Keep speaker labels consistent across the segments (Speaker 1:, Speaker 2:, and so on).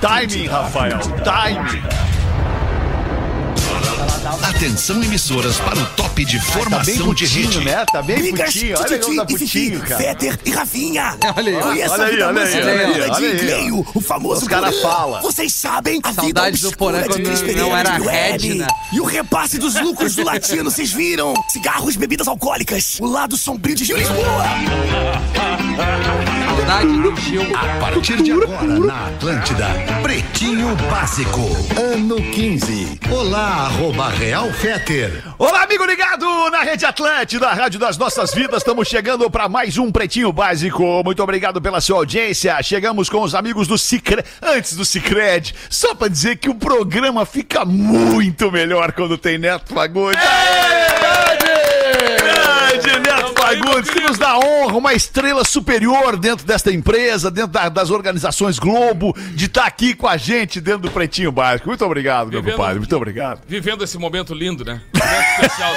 Speaker 1: timing, Rafael. Timing.
Speaker 2: Atenção emissoras para o top de formação de
Speaker 1: putinho,
Speaker 2: rede.
Speaker 1: tá né? Tá bem putinho. Olha
Speaker 3: Tititi,
Speaker 1: ele tá
Speaker 3: Fifi,
Speaker 1: putinho, cara.
Speaker 3: Fetter e Rafinha.
Speaker 4: Olha aí, ó.
Speaker 3: Conheça
Speaker 1: Olha
Speaker 3: a
Speaker 1: aí,
Speaker 3: vida
Speaker 1: olha aí,
Speaker 3: mansa
Speaker 1: olha aí,
Speaker 3: da
Speaker 1: olha aí,
Speaker 3: de Gleio, o famoso...
Speaker 1: Os cara
Speaker 3: Porã.
Speaker 1: fala.
Speaker 3: Vocês sabem, a vida
Speaker 4: Saudades do
Speaker 3: obscura
Speaker 4: Porã
Speaker 3: de
Speaker 4: quando
Speaker 3: Cris
Speaker 4: não
Speaker 3: Pereira
Speaker 4: era
Speaker 3: de web.
Speaker 1: né?
Speaker 4: Regina.
Speaker 3: E o repasse dos lucros do latino, vocês viram? Cigarros, bebidas alcoólicas. O lado sombrio de Gil Lisboa.
Speaker 4: Saudade do Gil.
Speaker 2: A partir de agora, na Atlântida, Pretinho Básico, ano 15. Olá, arroba Real Fetter.
Speaker 1: Olá, amigo ligado na Rede Atlântida, a Rádio das Nossas Vidas. Estamos chegando para mais um Pretinho Básico. Muito obrigado pela sua audiência. Chegamos com os amigos do Cicred, antes do Cicred. Só para dizer que o programa fica muito melhor quando tem Neto Fagundes. Grande Neto Fagundes, que nos dá honra, uma estrela superior dentro desta empresa, dentro da- das organizações Globo, de estar aqui com a gente dentro do Pretinho Básico. Muito obrigado, meu
Speaker 5: Vivendo-
Speaker 1: compadre. Muito obrigado.
Speaker 5: Vivendo esse momento lindo, né? Momento especial.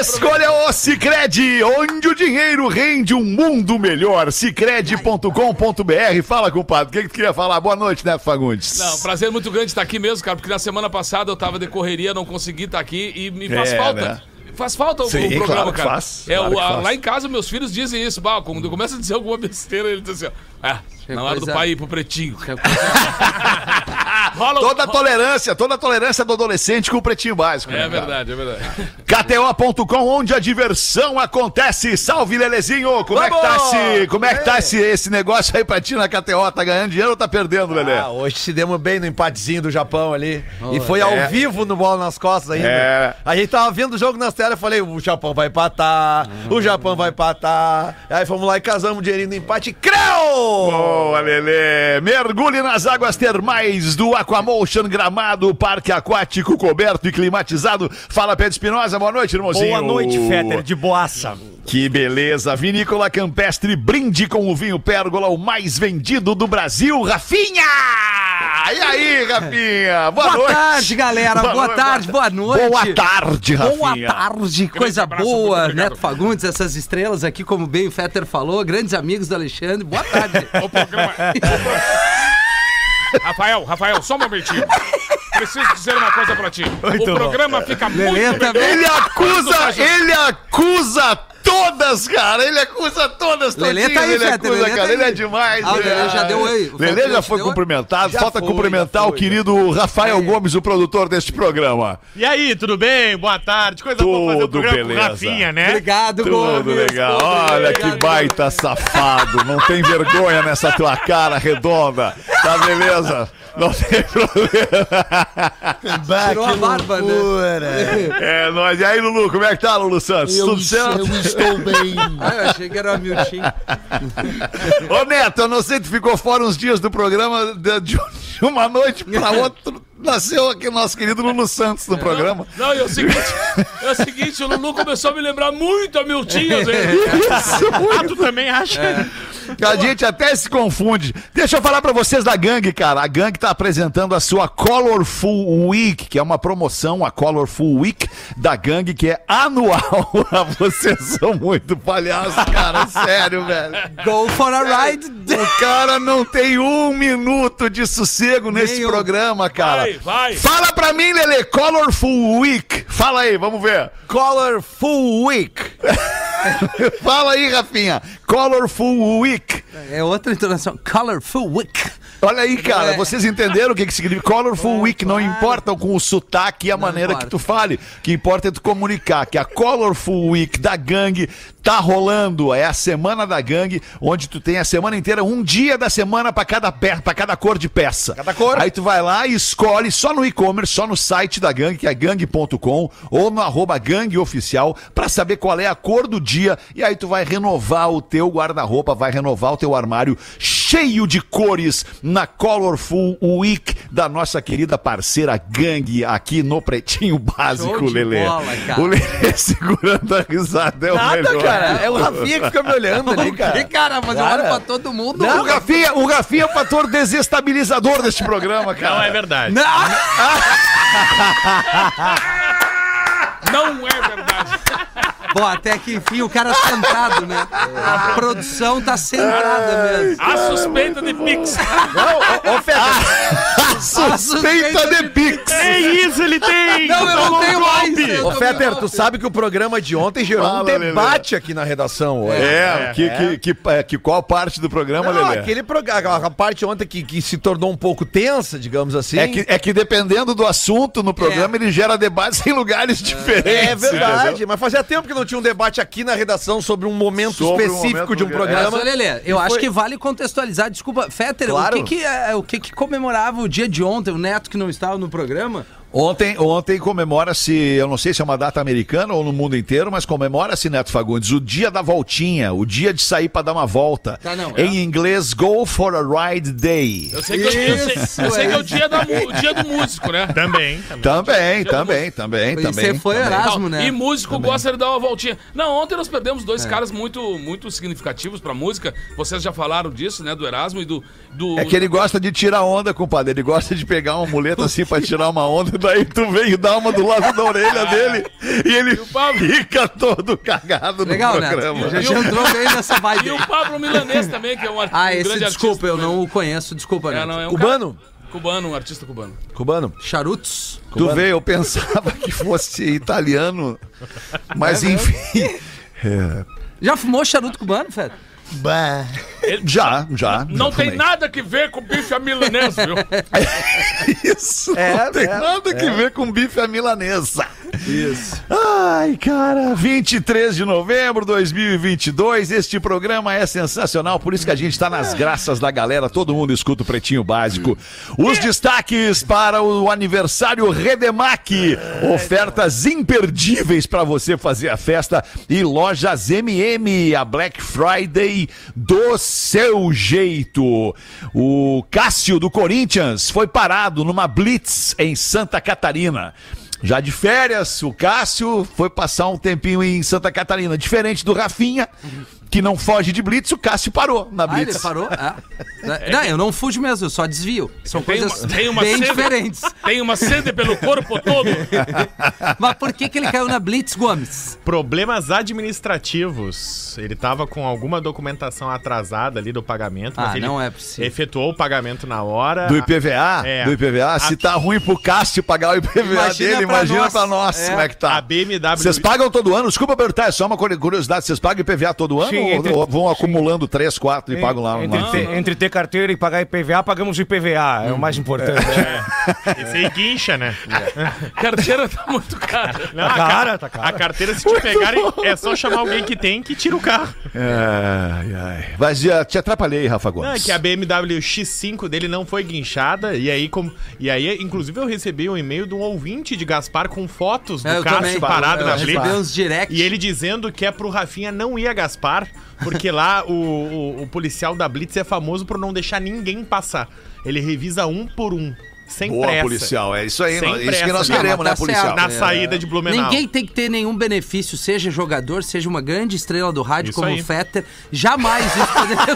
Speaker 1: Escolha o Cicred, onde o dinheiro rende um mundo melhor. Cicred.com.br. Fala, compadre, o que, que tu queria falar? Boa noite, Neto Fagundes.
Speaker 5: Não, prazer muito grande estar aqui mesmo, cara, porque na semana passada eu tava de correria, não consegui estar aqui e me faz
Speaker 1: É,
Speaker 5: falta.
Speaker 1: né?
Speaker 5: Faz falta o,
Speaker 1: Sim,
Speaker 5: o programa,
Speaker 1: claro que
Speaker 5: cara.
Speaker 1: faz,
Speaker 5: é,
Speaker 1: claro
Speaker 5: o-
Speaker 1: que
Speaker 5: a-
Speaker 1: faz.
Speaker 5: Lá em casa, meus filhos dizem isso. Bah, quando começa a dizer alguma besteira, eles dizem assim: ó, ah, na hora do
Speaker 4: coisa-
Speaker 5: pai ir pro pretinho. Rola o-
Speaker 1: Toda a tolerância, toda a tolerância do adolescente com o pretinho básico.
Speaker 5: É
Speaker 1: né, cara?
Speaker 5: verdade, é verdade.
Speaker 1: KTO.com, onde a diversão acontece. Salve, Lelezinho! Como é que tá,
Speaker 6: Vamos!
Speaker 1: esse, como é que tá esse, esse negócio aí pra ti na KTO? Tá ganhando dinheiro ou tá perdendo, Lelê?
Speaker 6: Ah, hoje se demos bem no empatezinho do Japão ali. e foi
Speaker 1: é.
Speaker 6: ao vivo no Bola nas Costas ainda.
Speaker 1: É.
Speaker 6: A gente tava vendo o jogo nas telas, eu falei, o Japão vai empatar, o
Speaker 1: Uhum.
Speaker 6: Japão vai empatar. Aí fomos lá e casamos o dinheirinho no empate e creu!
Speaker 1: Boa, Lelê! Mergulhe nas águas termais do Aquamotion Gramado, parque aquático coberto e climatizado. Fala, Pedro Espinosa, boa noite, irmãozinho.
Speaker 7: Boa noite, Fetter, de boaça.
Speaker 1: Que beleza! Vinícola Campestre, brinde com o vinho Pérgola, o mais vendido do Brasil, Rafinha! E aí, Rafinha? Boa,
Speaker 4: Boa
Speaker 1: noite!
Speaker 4: tarde, galera. Boa,
Speaker 1: noite,
Speaker 4: tarde, boa noite.
Speaker 1: Boa tarde, Rafinha.
Speaker 4: Boa tarde, coisa
Speaker 5: abraço,
Speaker 4: boa,
Speaker 5: muito obrigado.
Speaker 4: Neto Fagundes, essas estrelas aqui, como bem o Fetter falou, grandes amigos do Alexandre. Boa tarde.
Speaker 5: O programa. Rafael, Rafael, só um momentinho. Preciso dizer uma coisa pra ti. o programa fica
Speaker 4: Lelê
Speaker 5: muito melhor.
Speaker 4: também.
Speaker 1: Ele
Speaker 5: Tá
Speaker 1: acusa,
Speaker 5: junto.
Speaker 1: ele acusa todas, cara. Ele acusa todas,
Speaker 4: Lelê
Speaker 1: todinhas,
Speaker 4: tá aí,
Speaker 1: ele
Speaker 4: Fetter,
Speaker 1: acusa,
Speaker 4: Lelê tá
Speaker 1: cara.
Speaker 4: aí.
Speaker 1: ele é demais.
Speaker 4: Ah, o
Speaker 1: né?
Speaker 4: Lelê já deu oi. O
Speaker 1: Lelê
Speaker 4: Fetter
Speaker 1: já
Speaker 4: já
Speaker 1: foi
Speaker 4: deu oi.
Speaker 1: cumprimentado.
Speaker 6: Já
Speaker 1: Falta
Speaker 6: foi,
Speaker 1: cumprimentar
Speaker 6: já
Speaker 1: o
Speaker 6: foi,
Speaker 1: querido Rafael Gomes, o produtor deste programa.
Speaker 7: E aí, tudo bem? Boa tarde. Coisa boa fazer o
Speaker 1: Tudo
Speaker 7: programa
Speaker 1: beleza.
Speaker 7: com o Rafinha, né?
Speaker 4: Obrigado,
Speaker 1: Tudo
Speaker 4: Gomes.
Speaker 1: legal.
Speaker 4: Tudo
Speaker 1: Olha que
Speaker 4: obrigado.
Speaker 1: baita safado. Não tem vergonha nessa tua cara redonda. Tá beleza? Não tem problema.
Speaker 4: Tirou a barba, né?
Speaker 1: É nóis. E aí, Lulu, como é que tá, Lulu Santos? Tudo certo?
Speaker 2: estou bem.
Speaker 4: Ah, eu achei que era o Hamilton.
Speaker 1: Ô Neto, eu não sei, tu ficou fora uns dias do programa de, de uma noite pra outra. Nasceu aqui o nosso querido Lulu Santos no programa.
Speaker 5: Não, e é o seguinte, é o seguinte, o Lulu começou a me lembrar muito a Miltinha, às vezes.
Speaker 7: Ah, tu também acha?
Speaker 1: É. A gente até se confunde. Deixa eu falar pra vocês da Gangue, cara. A Gangue tá apresentando a sua Colorful Week, que é uma promoção, a Colorful Week da Gangue, que é anual. vocês são muito palhaços, cara. Sério, velho.
Speaker 4: Go for a ride.
Speaker 1: O cara não tem um minuto de sossego nesse
Speaker 4: Nenhum.
Speaker 1: programa, cara.
Speaker 5: Vai, vai.
Speaker 1: Fala pra mim, Lele, Colorful Week. Fala aí, vamos ver.
Speaker 6: Colorful Week.
Speaker 1: Fala aí, Rafinha. Colorful Week.
Speaker 4: É outra entonação. Colorful Wick.
Speaker 1: Olha aí, cara,
Speaker 4: É.
Speaker 1: vocês entenderam o que, que significa
Speaker 6: É,
Speaker 1: Colorful Week? Não importa com o sotaque e a maneira
Speaker 4: importa.
Speaker 1: que tu fale. O que importa é tu comunicar que a Colorful Week da gangue tá rolando. É a semana da gangue, onde tu tem a semana inteira, um dia da semana pra cada peça, para cada cor de peça.
Speaker 6: Cada cor.
Speaker 1: Aí tu vai lá e escolhe só no e-commerce, só no site da gangue, que é gangue.com, ou no arroba gangue oficial, pra saber qual é a cor do dia. E aí tu vai renovar o teu guarda-roupa, vai renovar o teu armário cheio de cores na Colorful Week da nossa querida parceira gangue aqui no Pretinho Básico,
Speaker 4: Show de
Speaker 1: Lelê.
Speaker 4: bola, cara.
Speaker 1: o Lelê segurando a risada é o
Speaker 6: Nada,
Speaker 1: melhor.
Speaker 6: cara. É o Rafinha que fica me olhando ali,
Speaker 4: E,
Speaker 6: cara.
Speaker 4: cara, mas eu
Speaker 6: Cara.
Speaker 4: olho pra todo mundo.
Speaker 1: O Rafinha, o Rafinha é um fator desestabilizador deste programa, cara.
Speaker 7: Não, é verdade.
Speaker 4: Não.
Speaker 5: Não é verdade.
Speaker 4: Bom, até que enfim, o cara sentado, né? A produção tá sentada mesmo.
Speaker 5: A suspeita de Pix.
Speaker 6: Ô, ô,
Speaker 1: Ah,
Speaker 6: Fetter,
Speaker 1: Suspeita de Pix.
Speaker 7: É isso, ele tem!
Speaker 4: Não, eu não tenho mais. eu
Speaker 6: ô,
Speaker 4: tô
Speaker 6: Fetter,
Speaker 4: me-
Speaker 6: tu sabe que o programa de ontem gerou um
Speaker 1: Fala,
Speaker 6: debate aqui na redação hoje.
Speaker 1: É, que, Que, que, é, que qual parte do programa,
Speaker 6: Não, é
Speaker 1: Lelê?
Speaker 6: aquele programa, a parte ontem que, que se tornou um pouco tensa, digamos assim.
Speaker 1: É que, é que dependendo do assunto no programa,
Speaker 4: É.
Speaker 1: ele gera debates em lugares diferentes.
Speaker 6: É verdade,
Speaker 1: entendeu?
Speaker 6: mas fazia tempo que não tinha um debate aqui na redação sobre um momento
Speaker 1: Sobre um
Speaker 6: específico
Speaker 1: momento
Speaker 6: de um
Speaker 1: do-
Speaker 6: programa.
Speaker 4: Mas, ô, Lelê, eu acho
Speaker 6: foi-
Speaker 4: que vale contextualizar. Desculpa, Fetter,
Speaker 6: Claro.
Speaker 4: o, que que, eh, o que que comemorava o dia de ontem, o Neto que não estava no programa?
Speaker 1: Ontem, ontem comemora-se, eu não sei se é uma data americana ou no mundo inteiro, mas comemora-se, Neto Fagundes, o dia da voltinha, o dia de sair pra dar uma volta.
Speaker 4: Tá, não,
Speaker 1: em inglês, Go for a Ride Day.
Speaker 5: Eu sei que, eu, eu sei, eu
Speaker 4: Isso,
Speaker 5: sei que
Speaker 4: é.
Speaker 5: é o dia, da mu- o dia do músico, né?
Speaker 7: Também, também.
Speaker 1: Também, também, também,
Speaker 4: E
Speaker 1: também.
Speaker 4: você foi
Speaker 1: também.
Speaker 5: Não,
Speaker 4: Erasmo, né?
Speaker 5: E músico gosta de dar uma voltinha. Não, ontem nós perdemos dois caras muito, muito significativos pra música. Vocês já falaram disso, né? Do Erasmo e do. do
Speaker 1: É que ele gosta de tirar onda, compadre. Ele gosta de pegar uma muleta assim pra tirar uma onda, daí tu vem e dá uma do lado da orelha dele e ele fica todo cagado no
Speaker 4: Legal,
Speaker 1: programa.
Speaker 4: Neto. Já, já entrou bem nessa vibe.
Speaker 5: E o Pablo Milanês também, que é um, ar...
Speaker 4: Ah,
Speaker 5: um
Speaker 4: esse,
Speaker 5: grande
Speaker 4: desculpa,
Speaker 5: artista.
Speaker 4: eu não o conheço, desculpa,
Speaker 5: É,
Speaker 4: Neto.
Speaker 5: não, é um
Speaker 6: Cubano?
Speaker 5: cara- Cubano, um artista cubano.
Speaker 6: Cubano?
Speaker 4: Charutos?
Speaker 6: é?
Speaker 1: Tu vê, eu pensava que fosse italiano,
Speaker 6: É
Speaker 1: mas enfim.
Speaker 4: Já fumou charuto cubano, Fetter?
Speaker 1: Já, já.
Speaker 5: Não
Speaker 1: já
Speaker 5: tem
Speaker 1: fumei.
Speaker 5: nada que ver com bife a milanês, viu?
Speaker 1: Isso,
Speaker 6: É,
Speaker 1: não tem
Speaker 6: é,
Speaker 1: nada que ver com bife à milanesa. Isso. Ai, cara, 23 de novembro de 2022, este programa é sensacional, por isso que a gente tá nas graças da galera, todo mundo escuta o Pretinho Básico. Os destaques para o aniversário Redemac, ofertas imperdíveis para você fazer a festa e lojas MM, a Black Friday do seu jeito. O Cássio do Corinthians foi parado numa blitz em Santa Catarina. Já de férias, o Cássio foi passar um tempinho em Santa Catarina. Diferente do Rafinha, que não foge de blitz, o Cássio parou na
Speaker 4: Ah,
Speaker 1: blitz.
Speaker 4: ele parou? Ah. Não, eu não fujo mesmo, eu só desvio. São
Speaker 5: Tem
Speaker 4: coisas
Speaker 5: uma- tem uma
Speaker 4: bem
Speaker 5: cena-
Speaker 4: diferentes.
Speaker 5: Tem uma sede pelo corpo todo.
Speaker 4: Mas por que, que ele caiu na Blitz, Gomes?
Speaker 7: Problemas administrativos. Ele tava com alguma documentação atrasada ali do pagamento, mas
Speaker 4: Ah,
Speaker 7: ele
Speaker 4: não é possível.
Speaker 7: efetuou o pagamento na hora.
Speaker 1: Do IPVA?
Speaker 7: É.
Speaker 1: Do IPVA? Se tá ruim pro Cássio pagar o IPVA
Speaker 4: Imagina
Speaker 1: dele,
Speaker 4: pra
Speaker 1: imagina
Speaker 4: nós.
Speaker 1: pra nós
Speaker 4: É.
Speaker 1: como é que
Speaker 7: A
Speaker 1: tá.
Speaker 7: BMW.
Speaker 1: Vocês pagam todo ano? Desculpa perguntar, é só uma curiosidade. Vocês pagam IPVA todo ano
Speaker 8: Sim,
Speaker 1: ou-
Speaker 8: entre-
Speaker 1: ou vão acumulando 3, 4 e pagam lá?
Speaker 8: entre,
Speaker 1: lá-
Speaker 8: ter, entre ter carteira e pagar IPVA, pagamos o IPVA, é o mais importante.
Speaker 7: Esse aí guincha, né?
Speaker 5: Carteira tá muito cara.
Speaker 7: Não, a,
Speaker 8: cara, tá
Speaker 7: a carteira, se te pegarem, é só chamar alguém que tem que tira o carro.
Speaker 1: Ai, ai. Mas já te atrapalhei, Rafa Gomes.
Speaker 7: Não, é que a BMW X5 dele não foi guinchada. E aí, como e aí inclusive, eu recebi um e-mail de um ouvinte de Gaspar com fotos do
Speaker 4: É, eu
Speaker 7: Cássio
Speaker 4: também.
Speaker 7: parado
Speaker 4: Eu
Speaker 7: na
Speaker 4: recebi um-
Speaker 7: Blitz.
Speaker 4: uns direct.
Speaker 7: E ele dizendo que é pro Rafinha não ir a Gaspar, porque lá o, o, o policial da Blitz é famoso por não deixar ninguém passar. Ele revisa um por um, sem
Speaker 1: Boa,
Speaker 7: pressa.
Speaker 1: policial. É isso aí,
Speaker 7: Sem
Speaker 1: nós- isso que
Speaker 7: pressa,
Speaker 1: nós
Speaker 7: né?
Speaker 1: queremos,
Speaker 4: Não,
Speaker 1: né,
Speaker 4: mas tá
Speaker 1: policial?
Speaker 4: certo.
Speaker 7: Na saída de Blumenau.
Speaker 4: Ninguém tem que ter nenhum benefício, seja jogador, seja uma grande estrela do rádio
Speaker 7: Isso
Speaker 4: como
Speaker 7: aí.
Speaker 4: o Fetter. Jamais isso poderia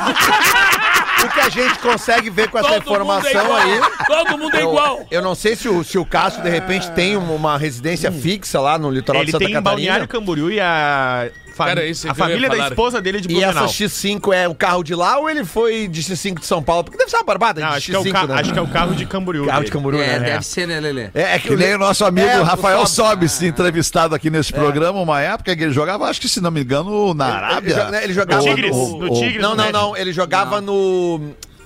Speaker 6: O que a gente consegue ver com essa informação
Speaker 5: mundo é
Speaker 6: aí.
Speaker 5: igual. Todo mundo é
Speaker 6: Eu,
Speaker 5: igual.
Speaker 6: eu não sei se o, se o Cássio, de repente, tem uma- uma residência fixa lá no litoral
Speaker 7: Ah. Hum. Ele
Speaker 6: de Santa
Speaker 7: tem em
Speaker 6: Catarina.
Speaker 7: Balneário Camboriú e a, fami-
Speaker 5: Cara, isso é
Speaker 7: a
Speaker 5: que eu ia
Speaker 7: família da
Speaker 5: falar.
Speaker 7: esposa dele é de
Speaker 6: E essa
Speaker 7: Blumenau.
Speaker 6: X5 é o carro de lá ou ele foi de X5 de São Paulo? Porque deve ser uma barbada
Speaker 7: Não,
Speaker 6: de
Speaker 7: acho, que é
Speaker 6: X5,
Speaker 7: o ca-
Speaker 6: né?
Speaker 7: acho que é o carro de Camboriú.
Speaker 6: carro de
Speaker 7: dele.
Speaker 6: Camboriú,
Speaker 4: É,
Speaker 6: né?
Speaker 4: deve ser, né, Lelê?
Speaker 6: É, é
Speaker 1: Que nem o nosso amigo
Speaker 6: É, o
Speaker 1: Rafael
Speaker 6: Sobis.
Speaker 1: Sobis, entrevistado aqui nesse programa, uma época que ele jogava, acho que se não me engano, na
Speaker 6: Ele,
Speaker 1: Arábia.
Speaker 6: jo- né, ele jogava
Speaker 7: No Tigres, no Tigres.
Speaker 6: Não, não,
Speaker 7: né?
Speaker 6: não. Ele jogava no.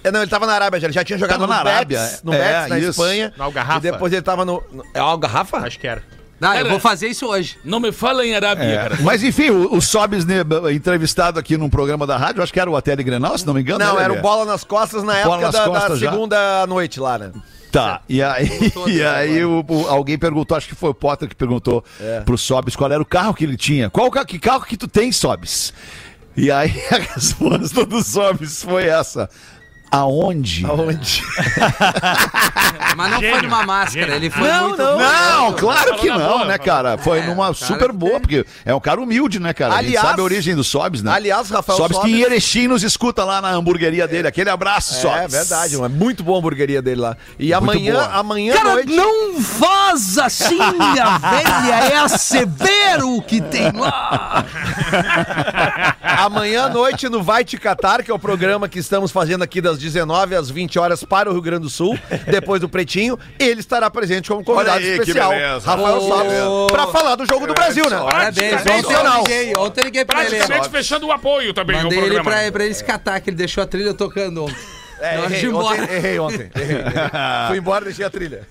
Speaker 6: é, Não, ele tava na Arábia já. Ele já tinha jogado
Speaker 1: Tava
Speaker 6: no
Speaker 1: na Arábia,
Speaker 6: Betis, no
Speaker 1: é. É,
Speaker 6: Betis, na
Speaker 1: isso.
Speaker 6: Espanha.
Speaker 7: No Algarrafa.
Speaker 6: E depois ele tava no. no- É o Algarrafa?
Speaker 7: Acho que era.
Speaker 4: Ah, eu
Speaker 5: Cara,
Speaker 4: vou fazer isso hoje.
Speaker 5: Não me fala em Arábia, cara.
Speaker 1: É. Mas enfim, o, o Sobis, né, entrevistado aqui num programa da rádio, acho que era o Ateli Grenal, se não me engano.
Speaker 6: Não,
Speaker 1: né,
Speaker 6: era
Speaker 1: Lelê?
Speaker 6: o Bola nas Costas na
Speaker 1: Bola
Speaker 6: época
Speaker 1: nas
Speaker 6: da, da
Speaker 1: Costas já.
Speaker 6: segunda noite lá, né?
Speaker 1: Tá, e aí, e aí o- o- alguém perguntou, acho que foi o Potter que perguntou
Speaker 6: É.
Speaker 1: pro Sobis qual era o carro que ele tinha. Qual o ca- que carro que tu tem, Sobis? E aí a resposta do Sobis foi essa. Aonde?
Speaker 6: Onde?
Speaker 4: Mas não foi numa máscara, ele foi
Speaker 6: Não,
Speaker 4: muito...
Speaker 6: não.
Speaker 1: Não, claro que
Speaker 5: Falou na
Speaker 1: não,
Speaker 5: boa,
Speaker 1: né, cara? Foi numa super boa, porque é um cara humilde, né, cara? Aliás,
Speaker 6: Aliás-
Speaker 1: sabe a origem do Sobs, né?
Speaker 6: Aliás, Rafael
Speaker 1: Sobs que em
Speaker 6: Sobes-
Speaker 1: Erechim nos escuta lá na hamburgueria dele. Aquele abraço, Sobs.
Speaker 6: É verdade, mano. Muito boa a hamburgueria dele lá. E amanhã,
Speaker 1: boa.
Speaker 6: amanhã à
Speaker 4: Cara,
Speaker 6: noite.
Speaker 4: não voz assim, minha velha, é a Severo que tem lá.
Speaker 6: Amanhã à noite no Vai Te Catar, que é o programa que estamos fazendo aqui das 19 às 20 horas para o Rio Grande do Sul, depois do Pretinho, ele estará presente como convidado
Speaker 1: Olha aí, que
Speaker 6: especial,
Speaker 1: beleza.
Speaker 6: Rafael
Speaker 4: Ô,
Speaker 6: Sobes, para falar do jogo do Brasil, né?
Speaker 4: Parabéns,
Speaker 5: Parabéns,
Speaker 4: ontem eu
Speaker 6: Ronaldo.
Speaker 4: liguei, ontem eu liguei pra ele.
Speaker 5: Praticamente fechando o apoio também ao
Speaker 4: Mandei ele
Speaker 5: programa. né?
Speaker 4: pra, pra ele se catar, que ele deixou a trilha tocando ontem.
Speaker 6: É,
Speaker 4: Na hora de ir
Speaker 6: errei,
Speaker 4: embora.
Speaker 6: ontem, errei ontem, errei, errei. Fui embora e deixei a trilha.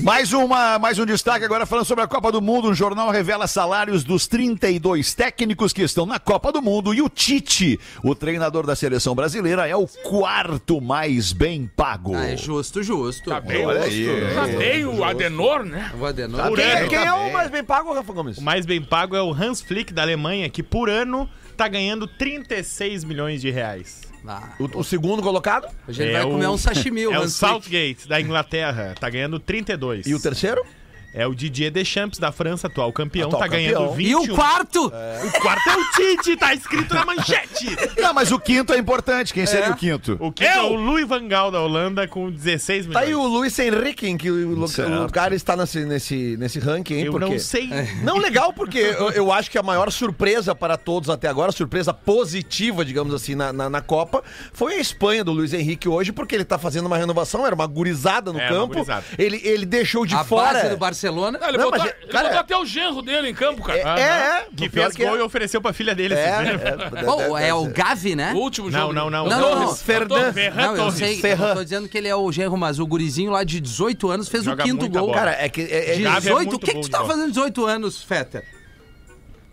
Speaker 1: Mais, uma, mais um destaque agora falando sobre a Copa do Mundo. Um jornal revela salários dos 32 técnicos que estão na Copa do Mundo. E o Tite, o treinador da seleção brasileira, é o quarto mais bem pago.
Speaker 4: Ah, é justo, justo.
Speaker 5: Tá bem,
Speaker 1: Olha
Speaker 5: o-
Speaker 1: aí.
Speaker 5: tá bem o Adenor, né?
Speaker 4: Vou adenar.
Speaker 5: Por
Speaker 6: Quem,
Speaker 5: ano.
Speaker 6: quem é o mais bem pago, Rafa Gomes?
Speaker 7: O mais bem pago é o Hans Flick da Alemanha, que por ano tá ganhando 36 milhões de reais.
Speaker 4: Ah,
Speaker 6: O, o segundo colocado?
Speaker 4: hoje ele
Speaker 7: É
Speaker 4: vai comer
Speaker 7: o-
Speaker 4: um sashimi, o
Speaker 7: é o
Speaker 4: Hans Flick.
Speaker 7: Southgate da Inglaterra, tá ganhando 32.
Speaker 6: E o terceiro?
Speaker 7: É o Didier Deschamps da França, atual campeão,
Speaker 6: Atual
Speaker 7: tá ganhando
Speaker 6: campeão.
Speaker 7: 21.
Speaker 4: E o quarto?
Speaker 7: O quarto é o Tite, tá escrito na manchete.
Speaker 1: Não, mas o quinto é importante. Quem seria o quinto?
Speaker 7: O que é o Louis Van Gaal da Holanda com 16
Speaker 6: Tá
Speaker 7: milhões.
Speaker 6: aí o Luiz Henrique, em que o, lu- o lugar está nesse, nesse, nesse ranking, hein?
Speaker 7: Eu
Speaker 6: porque...
Speaker 7: não sei.
Speaker 6: Não, legal, porque eu, eu acho que a maior surpresa para todos até agora, surpresa positiva, digamos assim, na, na, na Copa, foi a Espanha do Luiz Henrique hoje, porque ele tá fazendo uma renovação, era uma gurizada no
Speaker 7: É, uma
Speaker 6: campo.
Speaker 7: gurizada.
Speaker 6: Ele, ele deixou de
Speaker 4: a base
Speaker 6: fora.
Speaker 4: do Barcelona.
Speaker 5: Não, ele,
Speaker 6: Não,
Speaker 5: botou,
Speaker 6: mas,
Speaker 5: ele
Speaker 6: cara-
Speaker 5: botou até o genro dele em campo,
Speaker 6: É,
Speaker 5: cara.
Speaker 6: é, é.
Speaker 7: Que
Speaker 6: pior
Speaker 7: fez gol e ofereceu pra filha dele.
Speaker 6: é,
Speaker 7: vocês
Speaker 6: é,
Speaker 7: viram?
Speaker 4: Bom, é o Gavi, né?
Speaker 5: O último
Speaker 7: Não,
Speaker 5: jogo.
Speaker 7: não, não.
Speaker 5: O
Speaker 4: Não,
Speaker 5: Torres.
Speaker 4: não, não.
Speaker 6: Fernan.
Speaker 5: Ferran
Speaker 4: Não, eu
Speaker 5: Torres.
Speaker 4: sei, eu
Speaker 6: Ferran.
Speaker 4: não tô dizendo que ele é o genro, mas o gurizinho lá de 18 anos fez
Speaker 7: Joga
Speaker 4: o quinto
Speaker 7: muita
Speaker 4: gol.
Speaker 7: bola.
Speaker 6: Cara, é que. é- é-
Speaker 7: Gavi é
Speaker 4: 18? o
Speaker 7: muito
Speaker 4: que, que
Speaker 7: bom
Speaker 4: tu
Speaker 7: de
Speaker 4: tá
Speaker 7: bola.
Speaker 4: fazendo 18 anos, Feta?